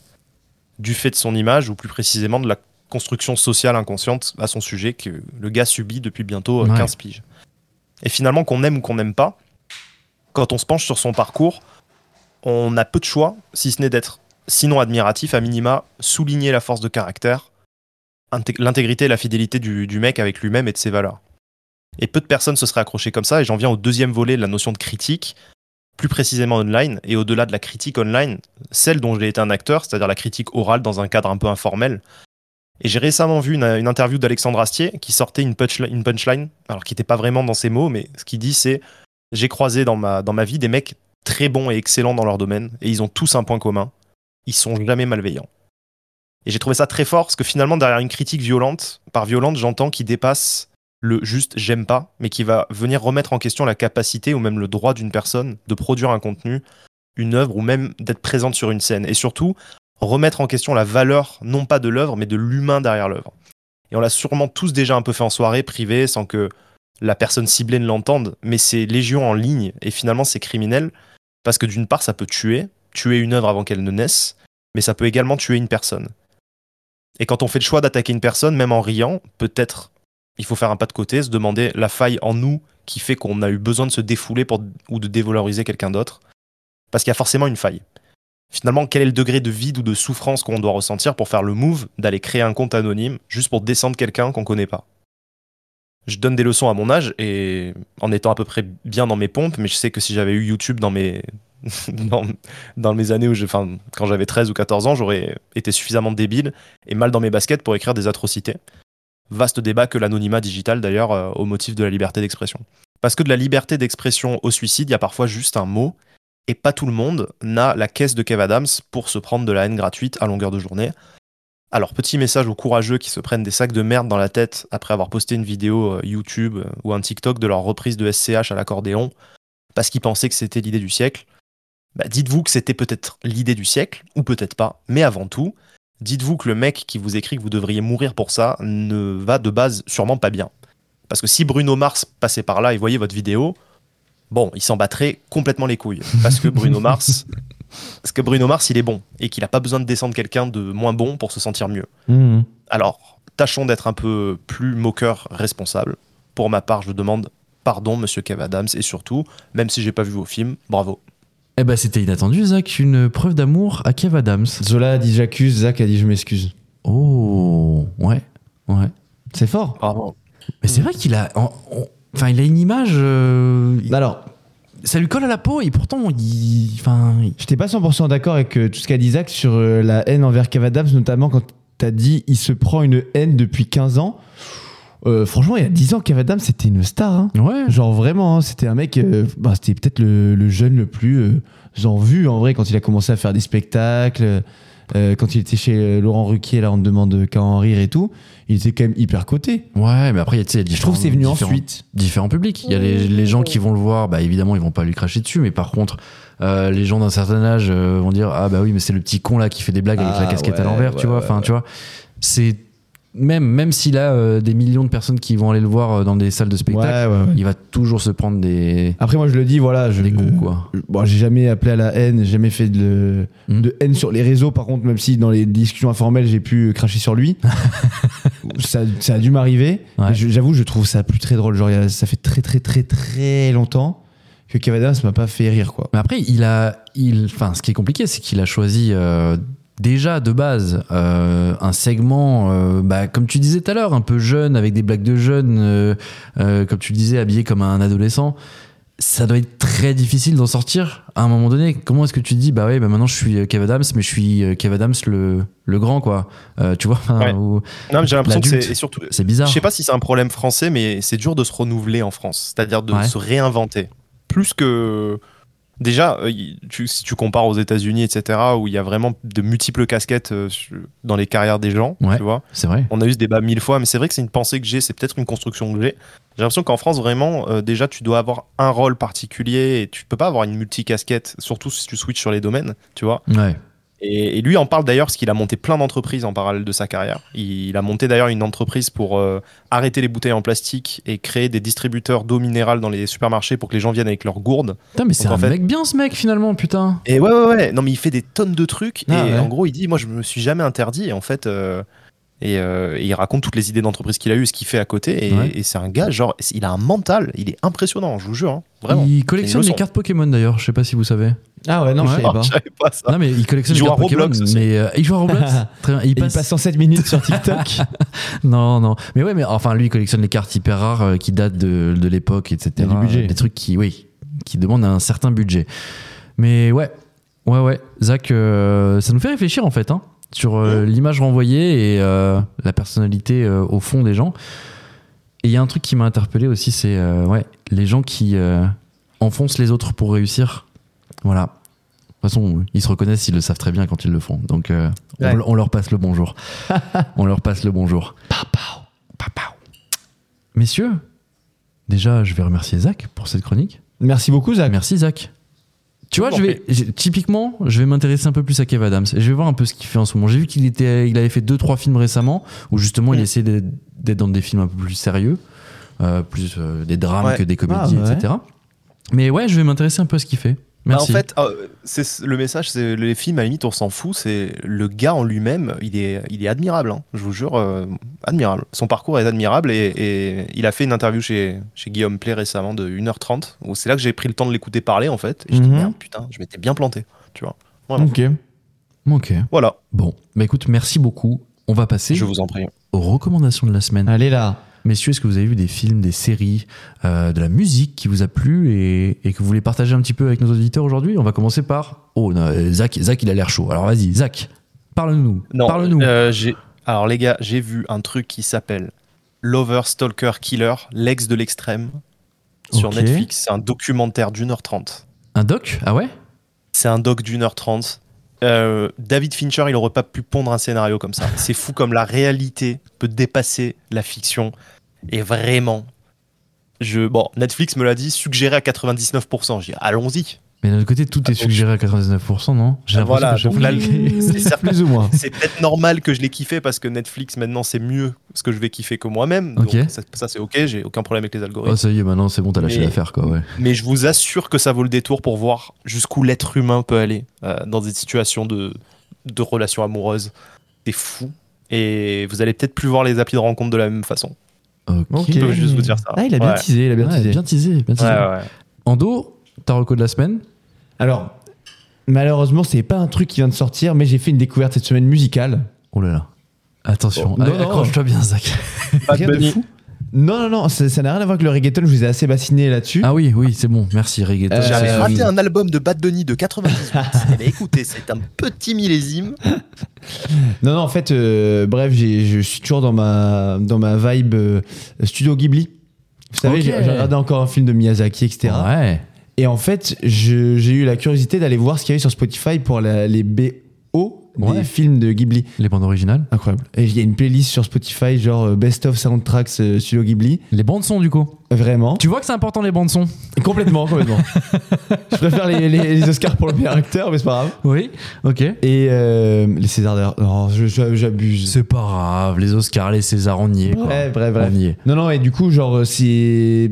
Speaker 4: du fait de son image, ou plus précisément de la construction sociale inconsciente à son sujet que le gars subit depuis bientôt euh,
Speaker 2: Ouais.
Speaker 4: 15 piges. Et finalement, qu'on aime ou qu'on n'aime pas, quand on se penche sur son parcours, on a peu de choix, si ce n'est d'être, sinon admiratif, à minima, souligner la force de caractère, intég- l'intégrité et la fidélité du, du mec avec lui-même et de ses valeurs. Et peu de personnes se seraient accrochées comme ça, et j'en viens au deuxième volet de la notion de critique, plus précisément online, et au-delà de la critique online, celle dont j'ai été un acteur, c'est-à-dire la critique orale dans un cadre un peu informel. Et j'ai récemment vu une, une interview d'Alexandre Astier qui sortait une, punchli- une punchline, alors qui n'était pas vraiment dans ses mots, mais ce qu'il dit c'est J'ai croisé dans ma, dans ma vie des mecs très bons et excellents dans leur domaine, et ils ont tous un point commun ils sont jamais malveillants. Et j'ai trouvé ça très fort, parce que finalement, derrière une critique violente, par violente, j'entends qui dépasse le juste j'aime pas, mais qui va venir remettre en question la capacité ou même le droit d'une personne de produire un contenu, une œuvre ou même d'être présente sur une scène. Et surtout, remettre en question la valeur, non pas de l'œuvre, mais de l'humain derrière l'œuvre. Et on l'a sûrement tous déjà un peu fait en soirée, privée, sans que la personne ciblée ne l'entende, mais c'est légion en ligne, et finalement c'est criminel, parce que d'une part ça peut tuer, tuer une œuvre avant qu'elle ne naisse, mais ça peut également tuer une personne. Et quand on fait le choix d'attaquer une personne, même en riant, peut-être il faut faire un pas de côté, se demander la faille en nous qui fait qu'on a eu besoin de se défouler pour, ou de dévaloriser quelqu'un d'autre, parce qu'il y a forcément une faille. Finalement, quel est le degré de vide ou de souffrance qu'on doit ressentir pour faire le move d'aller créer un compte anonyme juste pour descendre quelqu'un qu'on connaît pas je donne des leçons à mon âge et en étant à peu près bien dans mes pompes, mais je sais que si j'avais eu YouTube dans mes dans, dans mes années où je, enfin, quand j'avais 13 ou 14 ans, j'aurais été suffisamment débile et mal dans mes baskets pour écrire des atrocités. Vaste débat que l'anonymat digital d'ailleurs euh, au motif de la liberté d'expression. Parce que de la liberté d'expression au suicide, il y a parfois juste un mot et pas tout le monde n'a la caisse de Kev Adams pour se prendre de la haine gratuite à longueur de journée. Alors, petit message aux courageux qui se prennent des sacs de merde dans la tête après avoir posté une vidéo euh, YouTube euh, ou un TikTok de leur reprise de SCH à l'accordéon parce qu'ils pensaient que c'était l'idée du siècle. Bah, dites-vous que c'était peut-être l'idée du siècle, ou peut-être pas, mais avant tout, dites-vous que le mec qui vous écrit que vous devriez mourir pour ça ne va de base sûrement pas bien. Parce que si Bruno Mars passait par là et voyait votre vidéo, bon, il s'en battrait complètement les couilles. Parce que Bruno Mars, parce que Bruno Mars, il est bon, et qu'il n'a pas besoin de descendre quelqu'un de moins bon pour se sentir mieux.
Speaker 3: Mhm.
Speaker 4: Alors, tâchons d'être un peu plus moqueur responsable. Pour ma part, je demande pardon, monsieur Kev Adams, et surtout, même si j'ai pas vu vos films, bravo.
Speaker 2: Eh ben, c'était inattendu, Zach, une preuve d'amour à Kev Adams.
Speaker 3: Zola a dit j'accuse, Zach a dit je m'excuse.
Speaker 2: Oh, ouais, ouais.
Speaker 3: C'est fort.
Speaker 4: Bravo.
Speaker 2: Mais c'est vrai qu'il a, en- en- enfin, il a une image. euh, il-
Speaker 3: Alors,
Speaker 2: ça lui colle à la peau et pourtant, il, enfin, il-
Speaker 3: j'étais pas 100% d'accord avec euh, tout ce qu'a dit Zach sur euh, la haine envers Kev Adams, notamment quand t'as dit il se prend une haine depuis 15 ans. Euh, franchement, il y a 10 ans, Kev Adams, c'était une star. hein.
Speaker 2: ouais.
Speaker 3: Genre vraiment, hein, c'était un mec, euh, bah, c'était peut-être le, le jeune le plus euh, en vue en vrai quand il a commencé à faire des spectacles. euh, quand il était chez euh, Laurent Ruquier, là on ne demande qu'à en rire et tout, il était quand même hyper coté.
Speaker 2: Ouais, mais après, il y a, tu sais, il y a
Speaker 3: Je trouve que c'est venu
Speaker 2: différents-
Speaker 3: ensuite.
Speaker 2: différents publics. Il y a les, les gens qui vont le voir, bah évidemment, ils vont pas lui cracher dessus, mais par contre, euh, les gens d'un certain âge euh, vont dire ah bah oui, mais c'est le petit con là qui fait des blagues avec
Speaker 3: Ah,
Speaker 2: la casquette à
Speaker 3: ouais,
Speaker 2: l'envers, tu
Speaker 3: ouais,
Speaker 2: vois.
Speaker 3: ouais,
Speaker 2: Enfin, tu vois, c'est même, même s'il a euh, des millions de personnes qui vont aller le voir euh, dans des salles de spectacle,
Speaker 3: Ouais, ouais, ouais.
Speaker 2: il va toujours se prendre des,
Speaker 3: Après, moi, je le dis, voilà, je.
Speaker 2: des coups, quoi.
Speaker 3: Bon, j'ai jamais appelé à la haine, j'ai jamais fait de,
Speaker 4: Hmm.
Speaker 2: Mm.
Speaker 3: de haine sur les réseaux. Par contre, même si dans les discussions informelles, j'ai pu cracher sur lui, ça, ça a dû m'arriver.
Speaker 2: Ouais.
Speaker 3: Mais je- J'avoue, je trouve ça plus très drôle. Genre, il y a- ça fait très, très, très, très longtemps que Cavadas m'a pas fait rire, quoi.
Speaker 2: Mais après, il a, il, enfin, ce qui est compliqué, c'est qu'il a choisi euh, déjà de base euh, un segment, euh, bah, comme tu disais tout à l'heure, un peu jeune, avec des blagues de jeunes, euh, euh, comme tu le disais, habillé comme un adolescent. Ça doit être très difficile d'en sortir à un moment donné. Comment est-ce que tu te dis, bah ouais, bah maintenant je suis euh, Kev Adams, mais je suis euh, Kev Adams le, le grand, quoi. Euh, tu vois, enfin,
Speaker 4: Ouais.
Speaker 2: ou-
Speaker 4: Non, mais j'ai l'impression que
Speaker 2: L'adulte.
Speaker 4: c'est et surtout.
Speaker 2: c'est bizarre.
Speaker 4: Je sais pas si c'est un problème français, mais c'est dur de se renouveler en France, c'est-à-dire de
Speaker 2: Ouais.
Speaker 4: se réinventer. Plus que. Déjà, euh, y- tu- si tu compares aux États-Unis, etc., où il y a vraiment de multiples casquettes euh, su- dans les carrières des gens,
Speaker 2: Ouais.
Speaker 4: tu vois.
Speaker 2: C'est vrai.
Speaker 4: On a eu ce débat mille fois, mais c'est vrai que c'est une pensée que j'ai, c'est peut-être une construction que j'ai. J'ai l'impression qu'en France, vraiment, euh, déjà, tu dois avoir un rôle particulier et tu peux pas avoir une multicasquette, surtout si tu switches sur les domaines, tu vois.
Speaker 2: Ouais.
Speaker 4: Et, et lui en parle d'ailleurs parce qu'il a monté plein d'entreprises en parallèle de sa carrière. Il, a monté d'ailleurs une entreprise pour euh, arrêter les bouteilles en plastique et créer des distributeurs d'eau minérale dans les supermarchés pour que les gens viennent avec leurs gourdes.
Speaker 2: Putain, mais c'est
Speaker 4: Donc, en
Speaker 2: un
Speaker 4: fait-
Speaker 2: mec bien ce mec finalement, putain.
Speaker 4: Et ouais, ouais, ouais. Non, mais il fait des tonnes de trucs.
Speaker 3: Ah,
Speaker 4: et
Speaker 3: ouais.
Speaker 4: en gros, il dit Moi, je me suis jamais interdit. Et en fait, euh, et, euh, et il raconte toutes les idées d'entreprise qu'il a eues, ce qu'il fait à côté. Et,
Speaker 2: Ouais.
Speaker 4: et c'est un gars, genre, il a un mental. Il est impressionnant, je vous jure. hein. Vraiment.
Speaker 2: Il collectionne
Speaker 4: Une
Speaker 2: les
Speaker 4: leçon.
Speaker 2: cartes Pokémon d'ailleurs, je sais pas si vous savez.
Speaker 3: Ah ouais, non, je
Speaker 2: Ouais. bah.
Speaker 3: savais pas.
Speaker 4: Oh, je savais pas ça.
Speaker 2: Non, mais il collectionne
Speaker 4: Il
Speaker 2: les
Speaker 4: joue
Speaker 2: cartes
Speaker 4: à
Speaker 2: Pokémon.
Speaker 4: Roblox aussi.
Speaker 2: Mais euh, il joue à Roblox. Très bien. Il
Speaker 3: Et Il
Speaker 2: passe...
Speaker 3: passe 107 minutes sur TikTok.
Speaker 2: Non, non. Mais ouais, mais enfin, lui, il collectionne les cartes hyper rares euh, qui datent de, de l'époque, etc.
Speaker 3: Il y a du budget.
Speaker 2: Des trucs qui, oui, qui demandent un certain budget. Mais ouais, ouais, ouais. Zach, euh, ça nous fait réfléchir en fait hein, sur euh, l'image renvoyée et euh, la personnalité euh, au fond des gens. Et il y a un truc qui m'a interpellé aussi, c'est euh, ouais, les gens qui euh, enfoncent les autres pour réussir. Voilà. De toute façon, ils se reconnaissent, ils le savent très bien quand ils le font. Donc, euh, on
Speaker 3: Ouais.
Speaker 2: le- on, leur passe le bonjour. on leur passe le bonjour. Messieurs, déjà, je vais remercier Zach pour cette chronique.
Speaker 3: Merci beaucoup,
Speaker 4: Ah
Speaker 3: Zach.
Speaker 2: Merci Zach. Tu vois,
Speaker 4: Bon,
Speaker 2: je vais, j'ai- typiquement, je vais m'intéresser un peu plus à Kev Adams. Et je vais voir un peu ce qu'il fait en ce moment. J'ai vu qu'il était, il avait fait deux trois films récemment où justement il
Speaker 4: Mm.
Speaker 2: essayait d'être d'être dans des films un peu plus sérieux, euh, plus euh, des drames
Speaker 4: Ouais.
Speaker 2: que des comédies,
Speaker 3: Ah, ouais.
Speaker 2: etc. Mais ouais, je vais m'intéresser un peu à ce qu'il fait.
Speaker 4: Bah,
Speaker 2: Merci.
Speaker 4: en fait, euh, c'est le message, c'est les films, à la limite, on s'en fout. C'est le gars en lui-même, il est, il est admirable. hein. je vous jure, euh, admirable. Son parcours est admirable et, et il a fait une interview chez, chez Guillaume Play récemment de 1h30. Où c'est là que j'ai pris le temps de l'écouter parler en fait. Et je me
Speaker 3: Mhm.
Speaker 4: merde, putain, je m'étais bien planté. Tu vois. Voilà.
Speaker 3: Ok.
Speaker 2: ok.
Speaker 4: Voilà,
Speaker 2: Bon, bah écoute, merci beaucoup. On va passer
Speaker 4: je vous en prie.
Speaker 2: aux recommandations de la semaine.
Speaker 3: Allez là.
Speaker 2: Messieurs, est-ce que vous avez vu des films, des séries, euh, de la musique qui vous a plu et, et que vous voulez partager un petit peu avec nos auditeurs aujourd'hui On va commencer par. Oh, non, euh, Zach, Zach, il a l'air chaud. Alors vas-y, Zach, parle-nous.
Speaker 4: Non,
Speaker 2: Parle-nous.
Speaker 4: euh, j'ai- alors les gars, j'ai vu un truc qui s'appelle Lover Stalker Killer, l'ex de l'extrême, sur
Speaker 2: Ok.
Speaker 4: Netflix. C'est un documentaire d'1h30.
Speaker 2: Un doc Ah ouais
Speaker 4: C'est un doc d'une heure trente. Euh, David Fincher, il aurait pas pu pondre un scénario comme ça. C'est fou comme la réalité peut dépasser la fiction. Et vraiment, je bon, Netflix me l'a dit, suggéré à 99%. J'ai dit, allons-y.
Speaker 2: Mais d'un autre côté, tout est suggéré à 99%, non J'ai
Speaker 4: Ah, voilà,
Speaker 2: l'impression que
Speaker 4: donc
Speaker 2: chaque
Speaker 4: là,
Speaker 2: fois-
Speaker 4: c'est certain-
Speaker 3: Plus ou moins.
Speaker 4: C'est peut-être normal que je l'ai kiffé parce que Netflix maintenant c'est mieux ce que je vais kiffer que moi-même.
Speaker 2: Ok.
Speaker 4: Donc ça, ça, c'est ok, j'ai aucun problème avec les algorithmes.
Speaker 2: Oh, ça y est, maintenant c'est bon, t'as lâché
Speaker 4: Mais-
Speaker 2: l'affaire, quoi, ouais.
Speaker 4: Mais je vous assure que ça vaut le détour pour voir jusqu'où l'être humain peut aller euh, dans des situations de, de relations amoureuses. C'est fou. Et vous allez peut-être plus voir les applis de rencontre de la même façon.
Speaker 2: Ok.
Speaker 3: Ok.
Speaker 4: Je peux juste vous dire ça.
Speaker 3: Ah, il a bien
Speaker 4: Ouais.
Speaker 3: teasé, il a bien
Speaker 2: Ouais,
Speaker 3: teasé.
Speaker 2: bien teasé, bien teasé.
Speaker 4: Ouais, ouais.
Speaker 2: Ando, ta reco de la semaine
Speaker 3: Alors, malheureusement, c'est pas un truc qui vient de sortir, mais j'ai fait une découverte cette semaine musicale.
Speaker 2: Oh là là. Attention,
Speaker 3: Oh, non,
Speaker 2: Allez,
Speaker 3: non.
Speaker 2: accroche-toi bien, Zach.
Speaker 4: Bad
Speaker 3: Rien de
Speaker 4: Bunny.
Speaker 3: fou. Non, non, non, ça ça n'a rien à voir avec le reggaeton, je vous ai assez bassiné là-dessus.
Speaker 2: Ah oui, oui, c'est bon, merci, reggaeton.
Speaker 3: Euh,
Speaker 4: J'avais
Speaker 2: c'est-
Speaker 4: raté un album de Bad Bunny de 98. Eh bien, écoutez, c'est un petit millésime.
Speaker 3: Non, non, en fait, euh, bref, j'ai- je suis toujours dans ma, dans ma vibe euh, Studio Ghibli. Vous savez,
Speaker 2: Ok.
Speaker 3: j'ai j'ai regardé encore un film de Miyazaki, etc.
Speaker 2: Ouais.
Speaker 3: Et en fait, je- j'ai eu la curiosité d'aller voir ce qu'il y avait sur Spotify pour la- les BO O des
Speaker 2: Ouais.
Speaker 3: films de Ghibli.
Speaker 2: Les bandes originales.
Speaker 3: Incroyable. Et il y a une playlist sur Spotify, genre euh, Best of Soundtracks euh, Studio Ghibli.
Speaker 2: Les bandes son, du coup.
Speaker 3: Vraiment.
Speaker 2: Tu vois que c'est important, les bandes son
Speaker 3: Complètement, complètement. Je préfère les, les- les Oscars pour le meilleur acteur, mais c'est pas grave.
Speaker 2: Oui. Ok.
Speaker 3: Et euh, les Césars d'ailleurs. Non, je- je- j'abuse.
Speaker 2: C'est pas grave, les Oscars, les Césars, on y est. quoi.
Speaker 3: Bref, bref, bref.
Speaker 2: On y est.
Speaker 3: Non, non, et du coup, genre, euh, c'est.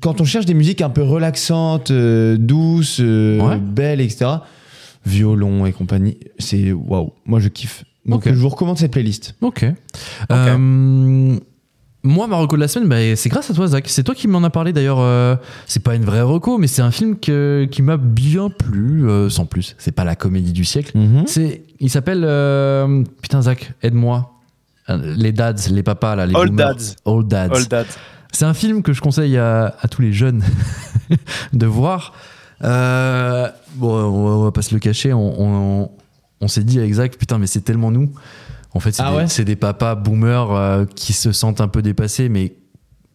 Speaker 3: Quand on cherche des musiques un peu relaxantes, euh, douces, euh,
Speaker 2: Ouais.
Speaker 3: belles, etc., violon et compagnie, c'est waouh. Moi, je kiffe. Donc,
Speaker 2: Ok.
Speaker 3: je vous recommande cette playlist.
Speaker 2: Ok. Euh, moi, ma reco de la semaine, bah, c'est grâce à toi, Zach. C'est toi qui m'en as parlé d'ailleurs. euh, c'est pas une vraie reco, mais c'est un film que, qui m'a bien plu, euh, sans plus. C'est pas la comédie du siècle.
Speaker 3: Mm-hmm.
Speaker 2: C'est, il s'appelle. euh, putain, Zach, aide-moi. Euh, Les dads, les papas, là, les
Speaker 4: Old
Speaker 2: boomers.
Speaker 4: Dads.
Speaker 2: Old dads.
Speaker 4: All that.
Speaker 2: C'est un film que je conseille à, à tous les jeunes de voir. Euh, bon, on va, on va pas se le cacher, on, on- on s'est dit avec Zach, putain, mais c'est tellement nous. En fait, c'est
Speaker 3: Ah
Speaker 2: des,
Speaker 3: ouais
Speaker 2: c'est des papas boomers euh, qui se sentent un peu dépassés, mais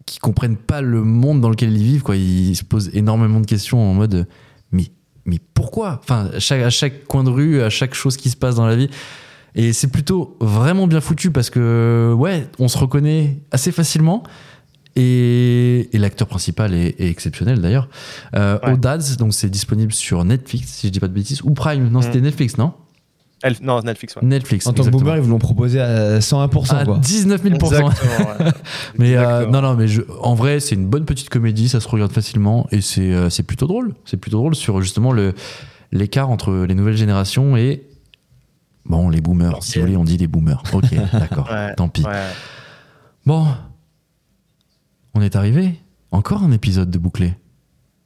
Speaker 2: qui comprennent pas le monde dans lequel ils vivent. Quoi. Ils se posent énormément de questions en mode, euh, mais, mais pourquoi Enfin, à chaque, à chaque coin de rue, à chaque chose qui se passe dans la vie. Et c'est plutôt vraiment bien foutu parce que, ouais, on se reconnaît assez facilement. Et, et l'acteur principal est, est exceptionnel d'ailleurs. Euh,
Speaker 4: Ouais.
Speaker 2: Audads, donc c'est disponible sur Netflix, si je dis pas de bêtises, ou Prime. Non, c'était Netflix, non
Speaker 4: Elle- Non, Netflix, Mm. ouais.
Speaker 2: Netflix.
Speaker 3: En tant que
Speaker 2: exactement.
Speaker 3: boomer, ils vous l'ont proposé à 101%.
Speaker 2: à
Speaker 3: quoi.
Speaker 2: 19 000
Speaker 4: Exactement, ouais.
Speaker 2: Mais euh,
Speaker 4: Exactement.
Speaker 2: non, non, mais je- en vrai, c'est une bonne petite comédie, ça se regarde facilement et c'est euh, c'est plutôt drôle. C'est plutôt drôle sur justement le l'écart entre les nouvelles générations et bon les boomers. Si vous voulez, on dit les boomers. Ok, d'accord.
Speaker 4: Ouais,
Speaker 2: tant pis.
Speaker 4: ouais.
Speaker 2: Bon, on est arrivé. Encore un épisode de bouclé.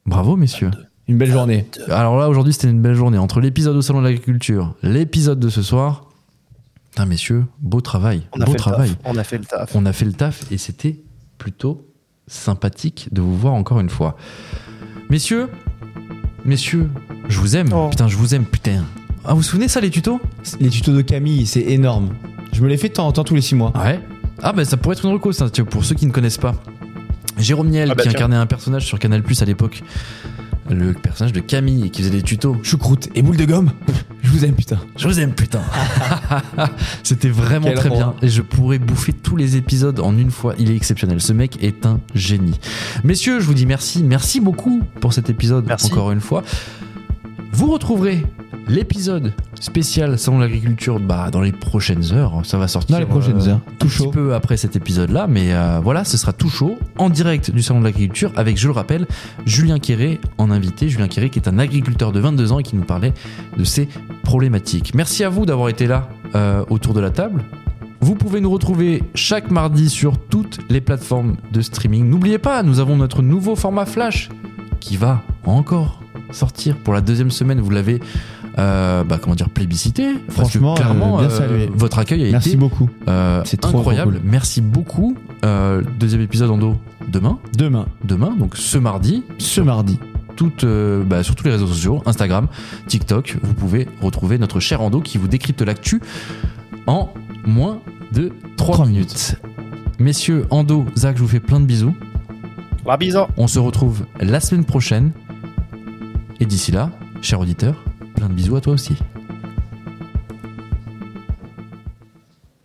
Speaker 2: Bravo, messieurs.
Speaker 3: Une belle journée.
Speaker 2: Alors là, aujourd'hui, c'était une belle journée. Entre l'épisode au Salon de l'Agriculture, l'épisode de ce soir. Putain, messieurs, beau travail.
Speaker 4: On a
Speaker 2: beau
Speaker 4: fait
Speaker 2: travail.
Speaker 4: le taf. On a fait le taf.
Speaker 2: On a fait le taf et c'était plutôt sympathique de vous voir encore une fois. Messieurs, messieurs, je vous
Speaker 4: Oh.
Speaker 2: aime. Putain, je vous aime, putain. Ah, vous vous souvenez ça, les tutos
Speaker 3: Les tutos de Camille, c'est énorme. Je me les fais de temps en temps tous les 6 mois.
Speaker 2: Ouais. Ah bah ça pourrait être une reco ça, tu vois, pour ceux qui ne connaissent pas. Jérôme Niel
Speaker 4: Ah bah
Speaker 2: qui
Speaker 4: tiens.
Speaker 2: incarnait un personnage sur Canal Plus à l'époque. Le personnage de Camille et qui faisait des tutos.
Speaker 3: Choucroute et boule de gomme. Je vous aime, putain.
Speaker 2: Je vous aime putain. C'était vraiment
Speaker 3: Quel
Speaker 2: très
Speaker 3: roi.
Speaker 2: bien et je pourrais bouffer tous les épisodes en une fois. Il est exceptionnel. Ce mec est un génie. Messieurs, je vous dis merci, merci beaucoup pour cet épisode
Speaker 4: Merci.
Speaker 2: encore une fois. Vous retrouverez l'épisode spécial Salon de l'agriculture bah, dans les prochaines heures. hein. Ça va sortir.
Speaker 3: Dans les prochaines
Speaker 2: euh,
Speaker 3: heures.
Speaker 2: tout
Speaker 3: Tout chaud.
Speaker 2: petit peu après cet épisode-là, mais euh, voilà, ce sera tout chaud en direct du salon de l'agriculture avec, je le rappelle, Julien Quéré en invité. Julien Quéré qui est un agriculteur de 22 ans et qui nous parlait de ses problématiques. Merci à vous d'avoir été là euh, autour de la table. Vous pouvez nous retrouver chaque mardi sur toutes les plateformes de streaming. N'oubliez pas, nous avons notre nouveau format Flash qui va encore sortir pour la deuxième semaine. Vous l'avez, euh, bah, comment dire, plébiscité. Parce que
Speaker 3: Franchement, euh,
Speaker 2: clairement,
Speaker 3: bien salué.
Speaker 2: votre accueil a
Speaker 3: Merci
Speaker 2: été
Speaker 3: beaucoup.
Speaker 2: euh,
Speaker 3: C'est trop,
Speaker 2: incroyable.
Speaker 3: trop
Speaker 2: Merci beaucoup. Euh, deuxième épisode en dos demain.
Speaker 3: Demain,
Speaker 2: Demain, donc ce mardi,
Speaker 3: ce mardi.
Speaker 2: toutes, euh, bah, sur tous les réseaux sociaux, Instagram, TikTok, vous pouvez retrouver notre cher Ando qui vous décrypte l'actu en moins de 3,
Speaker 3: Trois
Speaker 2: minutes. Messieurs, Ando, Zach, je vous fais plein de bisous.
Speaker 4: La bise.
Speaker 2: On se retrouve la semaine prochaine. Et d'ici là, cher auditeur, plein de bisous à toi aussi.